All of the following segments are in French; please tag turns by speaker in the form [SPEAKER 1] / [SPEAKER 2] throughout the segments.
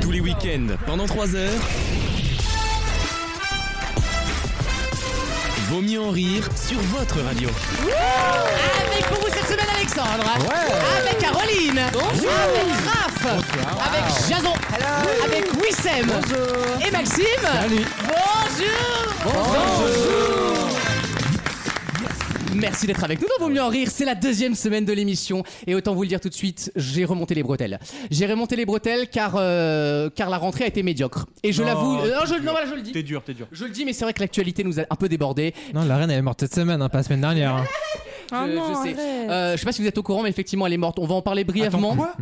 [SPEAKER 1] Tous les week-ends, pendant 3 heures. Vaut mieux en rire sur votre radio.
[SPEAKER 2] Avec pour vous cette semaine Alexandre, avec Caroline, avec Raph, avec Jason, avec Wissem et Maxime. Bonjour. Merci d'être avec nous dans Vaut mieux en rire. C'est la deuxième semaine de l'émission et autant vous le dire tout de suite, j'ai remonté les bretelles. J'ai remonté les bretelles car euh, car la rentrée a été médiocre et je l'avoue. euh, non, je, non, voilà, je le dis.
[SPEAKER 3] T'es dur, t'es dur.
[SPEAKER 2] Je le dis, mais c'est vrai que l'actualité nous a un peu débordé.
[SPEAKER 4] Non, la reine elle est morte cette semaine, hein, pas la semaine dernière. hein.
[SPEAKER 2] Je, je sais. Euh, je sais pas si vous êtes au courant, mais effectivement, elle est morte. On va en parler brièvement.
[SPEAKER 3] Attends, quoi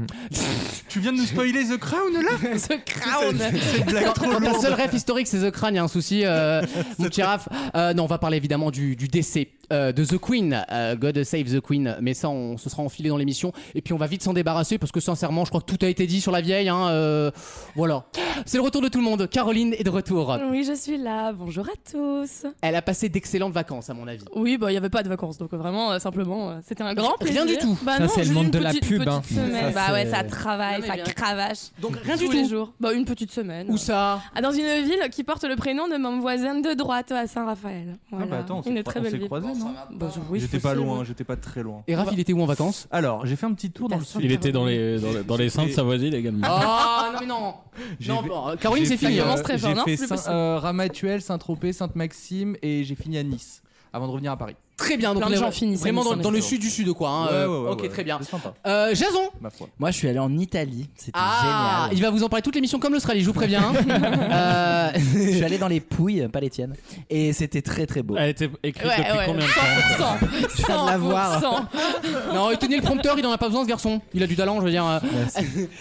[SPEAKER 3] Tu viens de nous spoiler The Crown là
[SPEAKER 2] The Crown.
[SPEAKER 3] C'est une blague trop
[SPEAKER 2] Quand ta
[SPEAKER 3] lourde.
[SPEAKER 2] seule rêve historique, c'est The Crown, il y a un souci, euh, mon petit Raph. Euh, non, on va parler évidemment du, du décès euh, de The Queen. Euh, God save the Queen. Mais ça, on se sera enfilé dans l'émission. Et puis, on va vite s'en débarrasser parce que sincèrement, je crois que tout a été dit sur la vieille. hein, euh, voilà. C'est le retour de tout le monde. Caroline est de retour.
[SPEAKER 5] Oui, je suis là. Bonjour à tous.
[SPEAKER 2] Elle a passé d'excellentes vacances, à mon avis.
[SPEAKER 5] Oui, bah il n'y avait pas de vacances, donc euh, vraiment euh, simplement, euh, c'était un grand plaisir.
[SPEAKER 2] Rien du tout.
[SPEAKER 5] Bah
[SPEAKER 4] Ça,
[SPEAKER 5] non,
[SPEAKER 4] c'est le
[SPEAKER 5] juste
[SPEAKER 4] monde
[SPEAKER 5] une
[SPEAKER 4] de la
[SPEAKER 5] petite-
[SPEAKER 4] pub,
[SPEAKER 5] petite
[SPEAKER 4] hein.
[SPEAKER 5] semaine.
[SPEAKER 4] Ça,
[SPEAKER 5] bah ouais,
[SPEAKER 4] c'est-
[SPEAKER 5] ça travaille,
[SPEAKER 2] Non, mais
[SPEAKER 5] ça
[SPEAKER 2] bien.
[SPEAKER 5] cravache.
[SPEAKER 2] Donc, rien
[SPEAKER 5] tous
[SPEAKER 2] du
[SPEAKER 5] les
[SPEAKER 2] tout.
[SPEAKER 5] jours. Bah une petite semaine.
[SPEAKER 2] Où ça
[SPEAKER 5] Ah, dans une ville qui porte le prénom de mon voisine de droite à Saint-Raphaël. Voilà.
[SPEAKER 3] bah attends, on s'est
[SPEAKER 5] une
[SPEAKER 3] croi-
[SPEAKER 5] très
[SPEAKER 3] on
[SPEAKER 5] belle
[SPEAKER 3] s'est
[SPEAKER 5] ville.
[SPEAKER 3] croisés, non
[SPEAKER 5] Bah, oui,
[SPEAKER 3] J'étais
[SPEAKER 5] c'est
[SPEAKER 3] pas
[SPEAKER 5] possible.
[SPEAKER 3] loin, j'étais pas très loin.
[SPEAKER 2] Et Raph, il était où en vacances
[SPEAKER 3] Alors, j'ai fait un petit tour dans le sud.
[SPEAKER 6] Il était dans les, dans, les- dans les seins de sa voisine également.
[SPEAKER 2] Oh non mais non
[SPEAKER 3] Ah. J'ai
[SPEAKER 2] Non
[SPEAKER 3] fait-
[SPEAKER 2] bon, Caroline c'est
[SPEAKER 3] j'ai
[SPEAKER 2] fini hein.
[SPEAKER 3] fait,
[SPEAKER 5] euh, commence très fort,
[SPEAKER 3] J'ai
[SPEAKER 5] non
[SPEAKER 3] fait
[SPEAKER 5] C'est plus
[SPEAKER 3] Saint-
[SPEAKER 5] possible.
[SPEAKER 3] euh, Ramatuelle, Saint-Tropez, Sainte-Maxime et j'ai fini à Nice avant de revenir à Paris.
[SPEAKER 2] Très bien donc
[SPEAKER 5] Plein
[SPEAKER 2] on
[SPEAKER 5] de
[SPEAKER 2] est
[SPEAKER 5] gens finissent à
[SPEAKER 2] vraiment
[SPEAKER 5] Nice,
[SPEAKER 2] dans,
[SPEAKER 5] en
[SPEAKER 2] dans le
[SPEAKER 5] effet.
[SPEAKER 2] sud du sud quoi hein,
[SPEAKER 3] Ouais,
[SPEAKER 2] euh,
[SPEAKER 3] ouais, ouais,
[SPEAKER 2] Ok
[SPEAKER 3] ouais,
[SPEAKER 2] très bien
[SPEAKER 3] C'est sympa,
[SPEAKER 2] Euh, Jason
[SPEAKER 3] ma foi.
[SPEAKER 7] Moi, je suis allé en Italie. C'était
[SPEAKER 2] Ah
[SPEAKER 7] génial.
[SPEAKER 2] il va vous en parler toute l'émission comme l'Australie je vous préviens hein. Euh,
[SPEAKER 7] Je suis allé dans les Pouilles, pas les tiennes. Et c'était très très beau.
[SPEAKER 6] Elle était écrite
[SPEAKER 5] Ouais,
[SPEAKER 6] depuis
[SPEAKER 5] ouais.
[SPEAKER 6] combien de temps
[SPEAKER 5] 100%.
[SPEAKER 7] Ça de l'avoir.
[SPEAKER 5] 100%.
[SPEAKER 2] Non tenez le prompteur il en a pas besoin ce garçon Il a du talent je veux dire euh.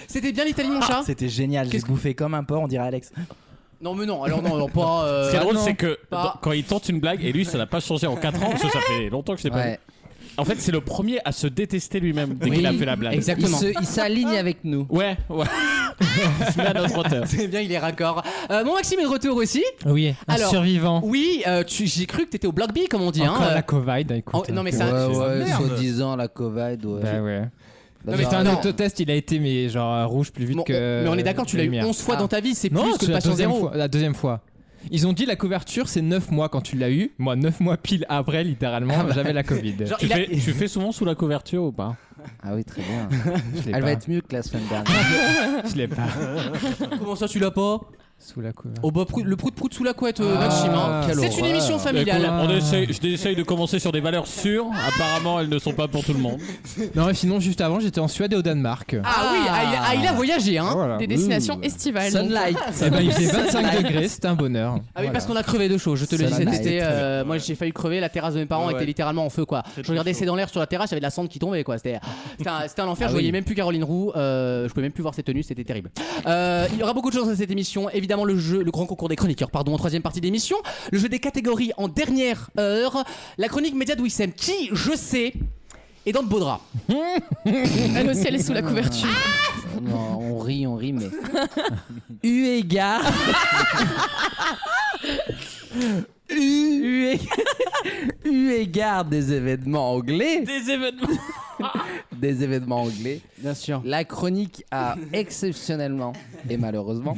[SPEAKER 2] C'était bien l'Italie
[SPEAKER 4] Ah,
[SPEAKER 2] mon chat
[SPEAKER 7] C'était génial. J'ai
[SPEAKER 2] Qu'est-ce
[SPEAKER 7] bouffé comme un porc, on dirait Alex.
[SPEAKER 8] Bah,
[SPEAKER 2] Non mais non alors non alors pas euh,
[SPEAKER 6] Ce qui est drôle,
[SPEAKER 2] non.
[SPEAKER 6] c'est que
[SPEAKER 2] Pas.
[SPEAKER 6] dans- quand il tente une blague, et lui, ça n'a pas changé en 4 ans, parce que ça fait longtemps que je l'ai pas vu.
[SPEAKER 8] Ouais.
[SPEAKER 6] En fait, c'est le premier à se détester lui-même dès qu'il a
[SPEAKER 2] Oui,
[SPEAKER 6] fait la blague.
[SPEAKER 8] Il
[SPEAKER 2] Exactement Ah.
[SPEAKER 8] se- il s'aligne avec nous.
[SPEAKER 6] Ouais, ouais. il se met à notre hauteur.
[SPEAKER 2] C'est bien il est raccord Euh, Mon Maxime est de retour aussi
[SPEAKER 4] Oui, un
[SPEAKER 2] Alors,
[SPEAKER 4] survivant.
[SPEAKER 2] Oui euh, tu- j'ai cru que t'étais au Block B comme on dit hein,
[SPEAKER 4] Encore
[SPEAKER 2] euh.
[SPEAKER 4] la Covid, écoute. hein.
[SPEAKER 2] Oh, non mais
[SPEAKER 8] Ouais,
[SPEAKER 2] ça
[SPEAKER 8] ouais,
[SPEAKER 3] merde.
[SPEAKER 8] soi-disant la Covid. Ouais.
[SPEAKER 4] Bah ouais.
[SPEAKER 8] Bah,
[SPEAKER 2] Non, mais
[SPEAKER 8] genre,
[SPEAKER 4] Putain, un
[SPEAKER 2] non.
[SPEAKER 4] autotest, il a été, mais genre euh, rouge plus vite
[SPEAKER 2] Bon, on-
[SPEAKER 4] que.
[SPEAKER 2] mais on est d'accord, tu l'as eu
[SPEAKER 4] lumière.
[SPEAKER 2] 11 fois
[SPEAKER 4] Ah.
[SPEAKER 2] dans ta vie, c'est
[SPEAKER 4] Non,
[SPEAKER 2] plus que
[SPEAKER 4] c'est
[SPEAKER 2] le
[SPEAKER 4] la
[SPEAKER 2] patient
[SPEAKER 4] deuxième,
[SPEAKER 2] zéro.
[SPEAKER 4] fois, la deuxième fois. Ils ont dit la couverture c'est 9 mois quand tu l'as eu. Moi 9 mois pile après littéralement j'avais la Covid.
[SPEAKER 2] Ah bah. Genre,
[SPEAKER 6] Tu
[SPEAKER 2] il a-
[SPEAKER 6] fais, tu fais souvent sous la couverture ou pas
[SPEAKER 8] Ah oui, très bien.
[SPEAKER 4] je l'ai
[SPEAKER 8] Elle va
[SPEAKER 4] pas.
[SPEAKER 8] être mieux que la semaine dernière.
[SPEAKER 4] Je l'ai pas.
[SPEAKER 2] Comment ça, tu l'as pas
[SPEAKER 4] Sous la couverture.
[SPEAKER 2] Oh bah, prou- le prout prout sous la couette, euh,
[SPEAKER 4] Ah,
[SPEAKER 2] Maxime. hein.
[SPEAKER 4] quelle
[SPEAKER 2] C'est une
[SPEAKER 8] horreur.
[SPEAKER 2] émission
[SPEAKER 6] Écoute,
[SPEAKER 2] familiale.
[SPEAKER 6] on essaye, Je essaye de commencer sur des valeurs sûres. Apparemment, elles ne sont pas pour tout le monde.
[SPEAKER 4] Oh. Non et sinon juste avant j'étais en Suède et au Danemark.
[SPEAKER 2] Ah oui, ah, il a- ah, il a voyagé, hein.
[SPEAKER 4] Voilà.
[SPEAKER 5] Des destinations
[SPEAKER 8] Ah,
[SPEAKER 5] estivales. donc.
[SPEAKER 8] Sunlight.
[SPEAKER 4] Eh ben, il faisait 25 degrés, c'était un bonheur.
[SPEAKER 2] Ah oui, parce qu'on a crevé de chaud, je te le
[SPEAKER 8] Ça
[SPEAKER 2] disais.
[SPEAKER 8] va,
[SPEAKER 2] C'était,
[SPEAKER 8] il est très
[SPEAKER 2] euh, moi, j'ai failli crever, la terrasse de mes parents
[SPEAKER 3] Ouais,
[SPEAKER 2] était
[SPEAKER 3] ouais.
[SPEAKER 2] littéralement en feu, quoi.
[SPEAKER 3] C'est
[SPEAKER 2] Je regardais
[SPEAKER 3] très
[SPEAKER 2] c'est dans l'air sur la terrasse, il y avait de la cendre qui tombait, quoi. C'était c'était un, c'était un enfer, je voyais même plus Caroline Roux, euh, je pouvais même plus voir ses tenues, c'était terrible. Euh, il y aura beaucoup de choses dans cette émission. Évidemment, le jeu, le grand concours des chroniqueurs, pardon, en troisième partie d'émission. Le jeu des catégories en dernière heure. La chronique média de Wissem, qui, je sais, est dans de beaux draps.
[SPEAKER 5] Elle aussi, elle est sous la couverture.
[SPEAKER 8] Non, on rit, on rit, mais.
[SPEAKER 7] Eu égard. Eu eu égard. Eu égard des événements anglais.
[SPEAKER 5] Des événements.
[SPEAKER 7] Des événements anglais.
[SPEAKER 2] Bien sûr.
[SPEAKER 7] La chronique a exceptionnellement et malheureusement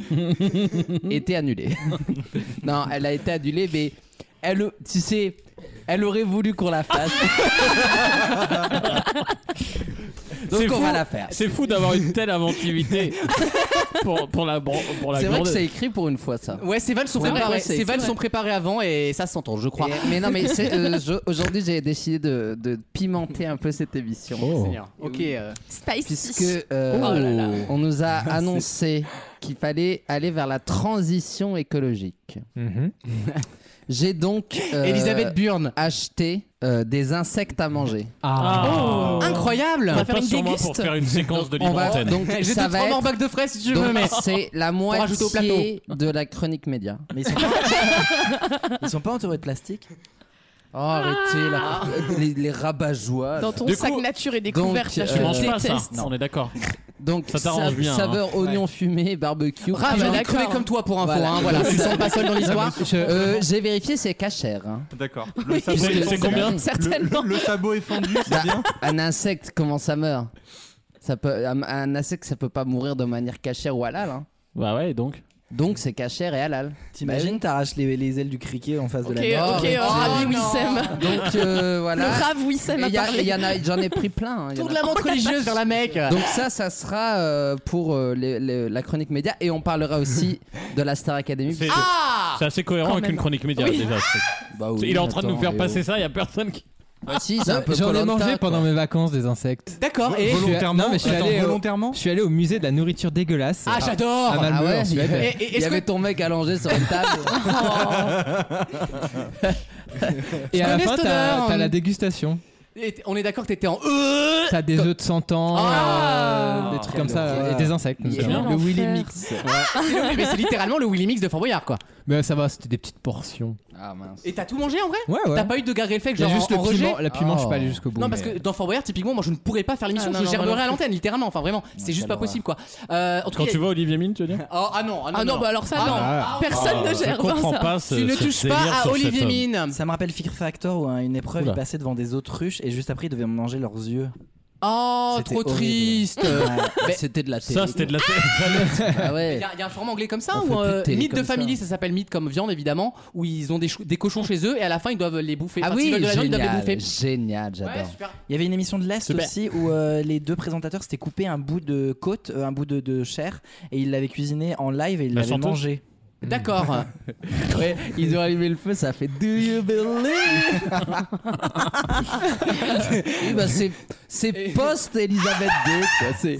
[SPEAKER 7] été annulée. non, elle a été annulée, mais elle, tu sais, elle aurait voulu qu'on la fasse. Donc
[SPEAKER 6] C'est
[SPEAKER 7] on
[SPEAKER 6] fou.
[SPEAKER 7] va la faire.
[SPEAKER 6] C'est fou d'avoir une telle inventivité pour, pour la, bran- pour la
[SPEAKER 7] C'est vrai que
[SPEAKER 6] grande-
[SPEAKER 7] c'est écrit pour une fois ça.
[SPEAKER 2] Ouais, ces vannes sont
[SPEAKER 7] Ouais,
[SPEAKER 2] préparées.
[SPEAKER 7] ouais, c'est-
[SPEAKER 2] ces vannes
[SPEAKER 7] c'est
[SPEAKER 2] sont préparées avant et ça s'entend, je crois.
[SPEAKER 7] Et- mais non, mais c'est, euh, je- aujourd'hui j'ai décidé de, de pimenter un peu cette émission.
[SPEAKER 6] Oh.
[SPEAKER 2] Seigneur. Ok. euh,
[SPEAKER 5] Spicy.
[SPEAKER 7] Puisque euh,
[SPEAKER 2] Oh là là.
[SPEAKER 7] on nous a annoncé qu'il fallait aller vers la transition écologique.
[SPEAKER 4] Mhm.
[SPEAKER 7] J'ai donc euh,
[SPEAKER 2] Elisabeth Burn.
[SPEAKER 7] acheté euh, des insectes à manger.
[SPEAKER 6] Ah.
[SPEAKER 2] Incroyable.
[SPEAKER 6] On va pas sur moi pour faire une séquence de
[SPEAKER 7] On
[SPEAKER 6] libre
[SPEAKER 7] va-
[SPEAKER 6] antenne.
[SPEAKER 7] donc
[SPEAKER 2] J'ai
[SPEAKER 7] ça
[SPEAKER 2] tout
[SPEAKER 7] va
[SPEAKER 2] prendre en
[SPEAKER 7] être
[SPEAKER 2] bac de frais si tu
[SPEAKER 7] donc,
[SPEAKER 2] veux, mais.
[SPEAKER 7] c'est la
[SPEAKER 2] rajouter au
[SPEAKER 7] moitié de la chronique média.
[SPEAKER 8] Mais ils sont pas, ils sont pas entourés de plastique.
[SPEAKER 7] Oh, arrêtez là,
[SPEAKER 2] Ah.
[SPEAKER 7] les, les rabat-joie. là.
[SPEAKER 5] Dans ton
[SPEAKER 6] Du
[SPEAKER 5] sac
[SPEAKER 6] coup-
[SPEAKER 5] nature et découverte,
[SPEAKER 7] Donc,
[SPEAKER 5] là, je
[SPEAKER 6] Tu
[SPEAKER 7] euh,
[SPEAKER 6] manges pas ça,
[SPEAKER 5] déteste.
[SPEAKER 6] on est d'accord.
[SPEAKER 7] Donc
[SPEAKER 6] Ça t'arrange bien, hein.
[SPEAKER 7] saveur oignon fumé, barbecue.
[SPEAKER 2] Raph,
[SPEAKER 5] bah
[SPEAKER 2] j'en ai
[SPEAKER 5] d'accord.
[SPEAKER 2] crevé comme toi pour info,
[SPEAKER 7] Voilà.
[SPEAKER 2] hein, voilà. tu sens pas seul dans l'histoire.
[SPEAKER 7] Euh, j'ai vérifié, c'est cachère. hein.
[SPEAKER 3] D'accord.
[SPEAKER 5] Oui,
[SPEAKER 3] Le sabot
[SPEAKER 6] C'est-
[SPEAKER 3] est
[SPEAKER 6] c'est
[SPEAKER 3] fondu.
[SPEAKER 6] combien
[SPEAKER 3] Le-
[SPEAKER 5] Certainement.
[SPEAKER 3] le- le sabot est fondu,
[SPEAKER 7] Bah,
[SPEAKER 3] c'est bien.
[SPEAKER 7] un insecte, comment ça meurt Ça peut, un, un ASEC, ça peut pas mourir de manière cachère ou halal. hein.
[SPEAKER 6] Bah ouais, donc.
[SPEAKER 7] Donc c'est cachère et halal.
[SPEAKER 8] T'imagines, t'arraches les, les ailes du criquet en face
[SPEAKER 5] Ok,
[SPEAKER 8] de la
[SPEAKER 5] ok,
[SPEAKER 7] mais-
[SPEAKER 5] oh, ravi
[SPEAKER 7] Oh,
[SPEAKER 5] Wissem.
[SPEAKER 7] Donc euh,
[SPEAKER 5] Le
[SPEAKER 7] voilà.
[SPEAKER 5] rave Wissem
[SPEAKER 7] Et
[SPEAKER 5] a
[SPEAKER 7] y a-
[SPEAKER 5] parlé.
[SPEAKER 7] et y en a- J'en ai pris plein. hein, y en
[SPEAKER 2] Tour
[SPEAKER 7] a
[SPEAKER 2] de la montre religieuse vers la Mecque.
[SPEAKER 7] Donc ça, ça sera euh, pour euh, les- les- la chronique média et on parlera aussi de la Star Academy.
[SPEAKER 6] C'est
[SPEAKER 2] Ah
[SPEAKER 6] c'est assez cohérent
[SPEAKER 5] Quand
[SPEAKER 6] avec
[SPEAKER 5] même.
[SPEAKER 6] une chronique média
[SPEAKER 5] Oui.
[SPEAKER 6] déjà.
[SPEAKER 7] bah
[SPEAKER 6] Il est en train de nous faire passer ça, il y a personne qui.
[SPEAKER 7] Ah, si, c'est un peu
[SPEAKER 4] J'en ai
[SPEAKER 7] Koh-Lanta,
[SPEAKER 4] mangé
[SPEAKER 7] quoi.
[SPEAKER 4] pendant mes vacances des insectes.
[SPEAKER 2] D'accord. Et
[SPEAKER 4] Volontaire.
[SPEAKER 3] Volontairement,
[SPEAKER 4] Non, mais je suis
[SPEAKER 3] Attends,
[SPEAKER 4] allé au-
[SPEAKER 3] volontairement
[SPEAKER 4] Je suis allé au musée de la nourriture dégueulasse.
[SPEAKER 2] ah
[SPEAKER 4] à
[SPEAKER 2] j'adore.
[SPEAKER 4] Malmö,
[SPEAKER 7] Ah ouais
[SPEAKER 4] en Suède.
[SPEAKER 2] Et- et-
[SPEAKER 7] Il y
[SPEAKER 2] est-ce que-
[SPEAKER 7] avait ton mec allongé sur une table.
[SPEAKER 4] Et à la
[SPEAKER 2] connais
[SPEAKER 4] fin,
[SPEAKER 2] cette
[SPEAKER 4] t'as
[SPEAKER 2] odeur.
[SPEAKER 4] t'as la dégustation.
[SPEAKER 2] et t- on est d'accord que t'étais en euh,
[SPEAKER 4] T'as des œufs de 100 ans,
[SPEAKER 2] Ah.
[SPEAKER 4] euh, des trucs comme ça,
[SPEAKER 8] Ouais.
[SPEAKER 4] et des insectes.
[SPEAKER 7] Il-
[SPEAKER 4] notamment.
[SPEAKER 7] le
[SPEAKER 5] l'enfer.
[SPEAKER 7] Willy Mix.
[SPEAKER 2] c'est le- mais c'est littéralement le Willy Mix de Fort Boyard quoi.
[SPEAKER 4] Mais ça va, c'était des petites portions.
[SPEAKER 7] Ah mince.
[SPEAKER 2] Et t'as tout mangé en vrai
[SPEAKER 4] Ouais,
[SPEAKER 2] T'as pas eu de garder le fait que
[SPEAKER 4] Il y a
[SPEAKER 2] genre
[SPEAKER 4] juste
[SPEAKER 2] en,
[SPEAKER 4] le
[SPEAKER 2] en rejet
[SPEAKER 4] piment, la piment, je suis pas allé
[SPEAKER 7] Oh.
[SPEAKER 4] jusqu'au bout.
[SPEAKER 2] Non, parce
[SPEAKER 4] mais-
[SPEAKER 2] que dans Fort Boyard, typiquement, moi je ne pourrais pas faire l'émission,
[SPEAKER 5] Ah, non,
[SPEAKER 2] je
[SPEAKER 5] non,
[SPEAKER 2] gerberais
[SPEAKER 5] moi non
[SPEAKER 2] à l'antenne, littéralement. Enfin, vraiment, c'est juste pas possible quoi. Euh, en tout
[SPEAKER 6] Quand
[SPEAKER 2] cas,
[SPEAKER 6] tu vois Olivier Mine, tu veux dire
[SPEAKER 2] Ah, ah non, ah non,
[SPEAKER 5] Ah non, bah alors ça, non.
[SPEAKER 4] Ah.
[SPEAKER 5] Personne ne
[SPEAKER 6] Je
[SPEAKER 5] gère bien
[SPEAKER 6] comprends
[SPEAKER 5] ça.
[SPEAKER 7] ah.
[SPEAKER 6] pas ce-
[SPEAKER 2] tu ne
[SPEAKER 6] ce
[SPEAKER 2] touches
[SPEAKER 6] délire
[SPEAKER 2] pas à
[SPEAKER 6] sur cet
[SPEAKER 2] Olivier
[SPEAKER 6] homme.
[SPEAKER 2] Mine.
[SPEAKER 8] Ça me rappelle Fear Factor où hein, une épreuve,
[SPEAKER 6] Oula.
[SPEAKER 8] ils passaient devant des autruches et juste après ils devaient manger leurs yeux.
[SPEAKER 2] Oh,
[SPEAKER 8] C'était
[SPEAKER 2] trop
[SPEAKER 8] horrible.
[SPEAKER 2] triste.
[SPEAKER 8] Ouais.
[SPEAKER 7] C'était de la télé.
[SPEAKER 6] Ça, c'était de la tête.
[SPEAKER 7] Ah ouais.
[SPEAKER 2] Il y, a- il y a un format anglais comme ça,
[SPEAKER 7] On fait
[SPEAKER 2] ou
[SPEAKER 7] plus de
[SPEAKER 2] euh,
[SPEAKER 7] télé
[SPEAKER 2] mythe de
[SPEAKER 7] comme ça.
[SPEAKER 2] family, ça, s'appelle mythe comme viande évidemment, où ils ont des, chou- des cochons chez eux et à la fin ils doivent les bouffer.
[SPEAKER 7] Ah
[SPEAKER 2] Enfin, s'ils
[SPEAKER 7] oui,
[SPEAKER 2] veulent de la viande, ils doivent les
[SPEAKER 7] génial,
[SPEAKER 2] bouffer.
[SPEAKER 7] génial,
[SPEAKER 2] Ouais,
[SPEAKER 7] j'adore.
[SPEAKER 2] super.
[SPEAKER 8] Il y avait une émission de l'Est
[SPEAKER 6] Super.
[SPEAKER 8] aussi où euh, les deux présentateurs s'étaient coupé un bout de côte, euh, un bout de, de chair et ils l'avaient cuisiné en live et ils
[SPEAKER 6] La
[SPEAKER 8] l'avaient
[SPEAKER 6] chanteuse
[SPEAKER 8] mangé.
[SPEAKER 2] D'accord.
[SPEAKER 7] Ouais, ils ont allumé le feu, ça fait Do you believe Oui, bah c'est, c'est post-Elisabeth II. quoi, c'est-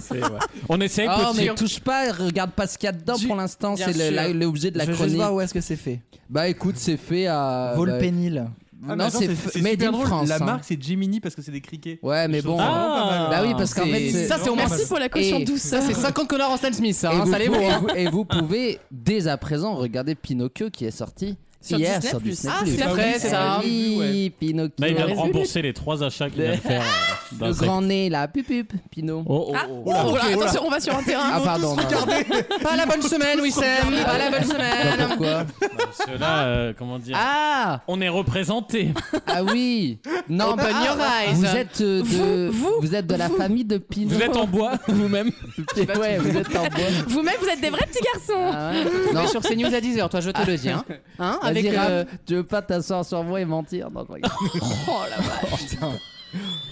[SPEAKER 6] On essaye,
[SPEAKER 7] Oh,
[SPEAKER 6] petit.
[SPEAKER 7] mais touche pas, regarde pas ce qu'il y a dedans
[SPEAKER 2] Du-
[SPEAKER 7] pour l'instant,
[SPEAKER 2] Bien
[SPEAKER 7] c'est le-
[SPEAKER 2] sûr.
[SPEAKER 7] la- l'objet de la
[SPEAKER 8] je veux juste
[SPEAKER 7] chronique.
[SPEAKER 8] voir où est-ce que c'est fait.
[SPEAKER 7] Bah écoute, c'est fait à.
[SPEAKER 8] Volpénil.
[SPEAKER 7] bah, non, c'est, fait- made
[SPEAKER 3] super
[SPEAKER 7] in
[SPEAKER 3] drôle.
[SPEAKER 7] France.
[SPEAKER 3] La
[SPEAKER 7] hein.
[SPEAKER 3] marque, c'est Gemini parce que c'est des criquets.
[SPEAKER 7] Ouais, mais bon.
[SPEAKER 6] Ah.
[SPEAKER 7] Bah oui, parce qu'en
[SPEAKER 2] C'est-
[SPEAKER 7] fait, c'est-
[SPEAKER 2] ça c'est au moins.
[SPEAKER 5] Merci pour la caution
[SPEAKER 7] Et-
[SPEAKER 5] douce.
[SPEAKER 2] Ça c'est 50 connards en Stan Smith, ça,
[SPEAKER 7] et,
[SPEAKER 2] hein,
[SPEAKER 7] vous
[SPEAKER 2] ça les vaut.
[SPEAKER 7] pouvez,
[SPEAKER 2] hein.
[SPEAKER 7] et vous pouvez dès à présent regarder Pinocchio qui est sorti
[SPEAKER 5] Sur
[SPEAKER 7] hier
[SPEAKER 5] Disney+.
[SPEAKER 7] sur Disney+.
[SPEAKER 2] Ah, c'est
[SPEAKER 7] Plus.
[SPEAKER 2] après ça.
[SPEAKER 7] Oui, Pinocchio.
[SPEAKER 6] Là, Bah, il vient de rembourser les trois achats qu'il vient de faire. euh,
[SPEAKER 7] Le
[SPEAKER 6] d'insectes.
[SPEAKER 7] grand nez, là, pup pup, Pinot.
[SPEAKER 6] Oh, oh,
[SPEAKER 5] Ah,
[SPEAKER 6] oh.
[SPEAKER 5] oh, là, attention, on va sur un terrain.
[SPEAKER 7] Ah, pardon. non.
[SPEAKER 2] Pas la bonne semaine, Wissem. Pas la bonne
[SPEAKER 7] Bah,
[SPEAKER 2] semaine.
[SPEAKER 7] pourquoi
[SPEAKER 6] Parce que là, euh, comment dire
[SPEAKER 7] Ah
[SPEAKER 6] On est représenté.
[SPEAKER 7] Ah oui Non,
[SPEAKER 2] Open
[SPEAKER 7] bah,
[SPEAKER 2] your
[SPEAKER 7] ah,
[SPEAKER 2] eyes.
[SPEAKER 7] Vous êtes euh, de,
[SPEAKER 5] Vous, vous,
[SPEAKER 7] êtes de la
[SPEAKER 5] vous.
[SPEAKER 7] famille de Pinot.
[SPEAKER 6] Vous êtes en bois vous-même.
[SPEAKER 7] Ouais, vous êtes en bois.
[SPEAKER 5] Vous-même, vous êtes des vrais petits garçons.
[SPEAKER 7] Ah ouais.
[SPEAKER 2] Non, sur CNews à 10h, toi je te le dis. Hein, Hein,
[SPEAKER 7] Vas-y,
[SPEAKER 2] avec
[SPEAKER 7] Raph,
[SPEAKER 2] euh,
[SPEAKER 7] tu veux pas t'asseoir sur moi et mentir Non, regarde.
[SPEAKER 5] Oh la vache.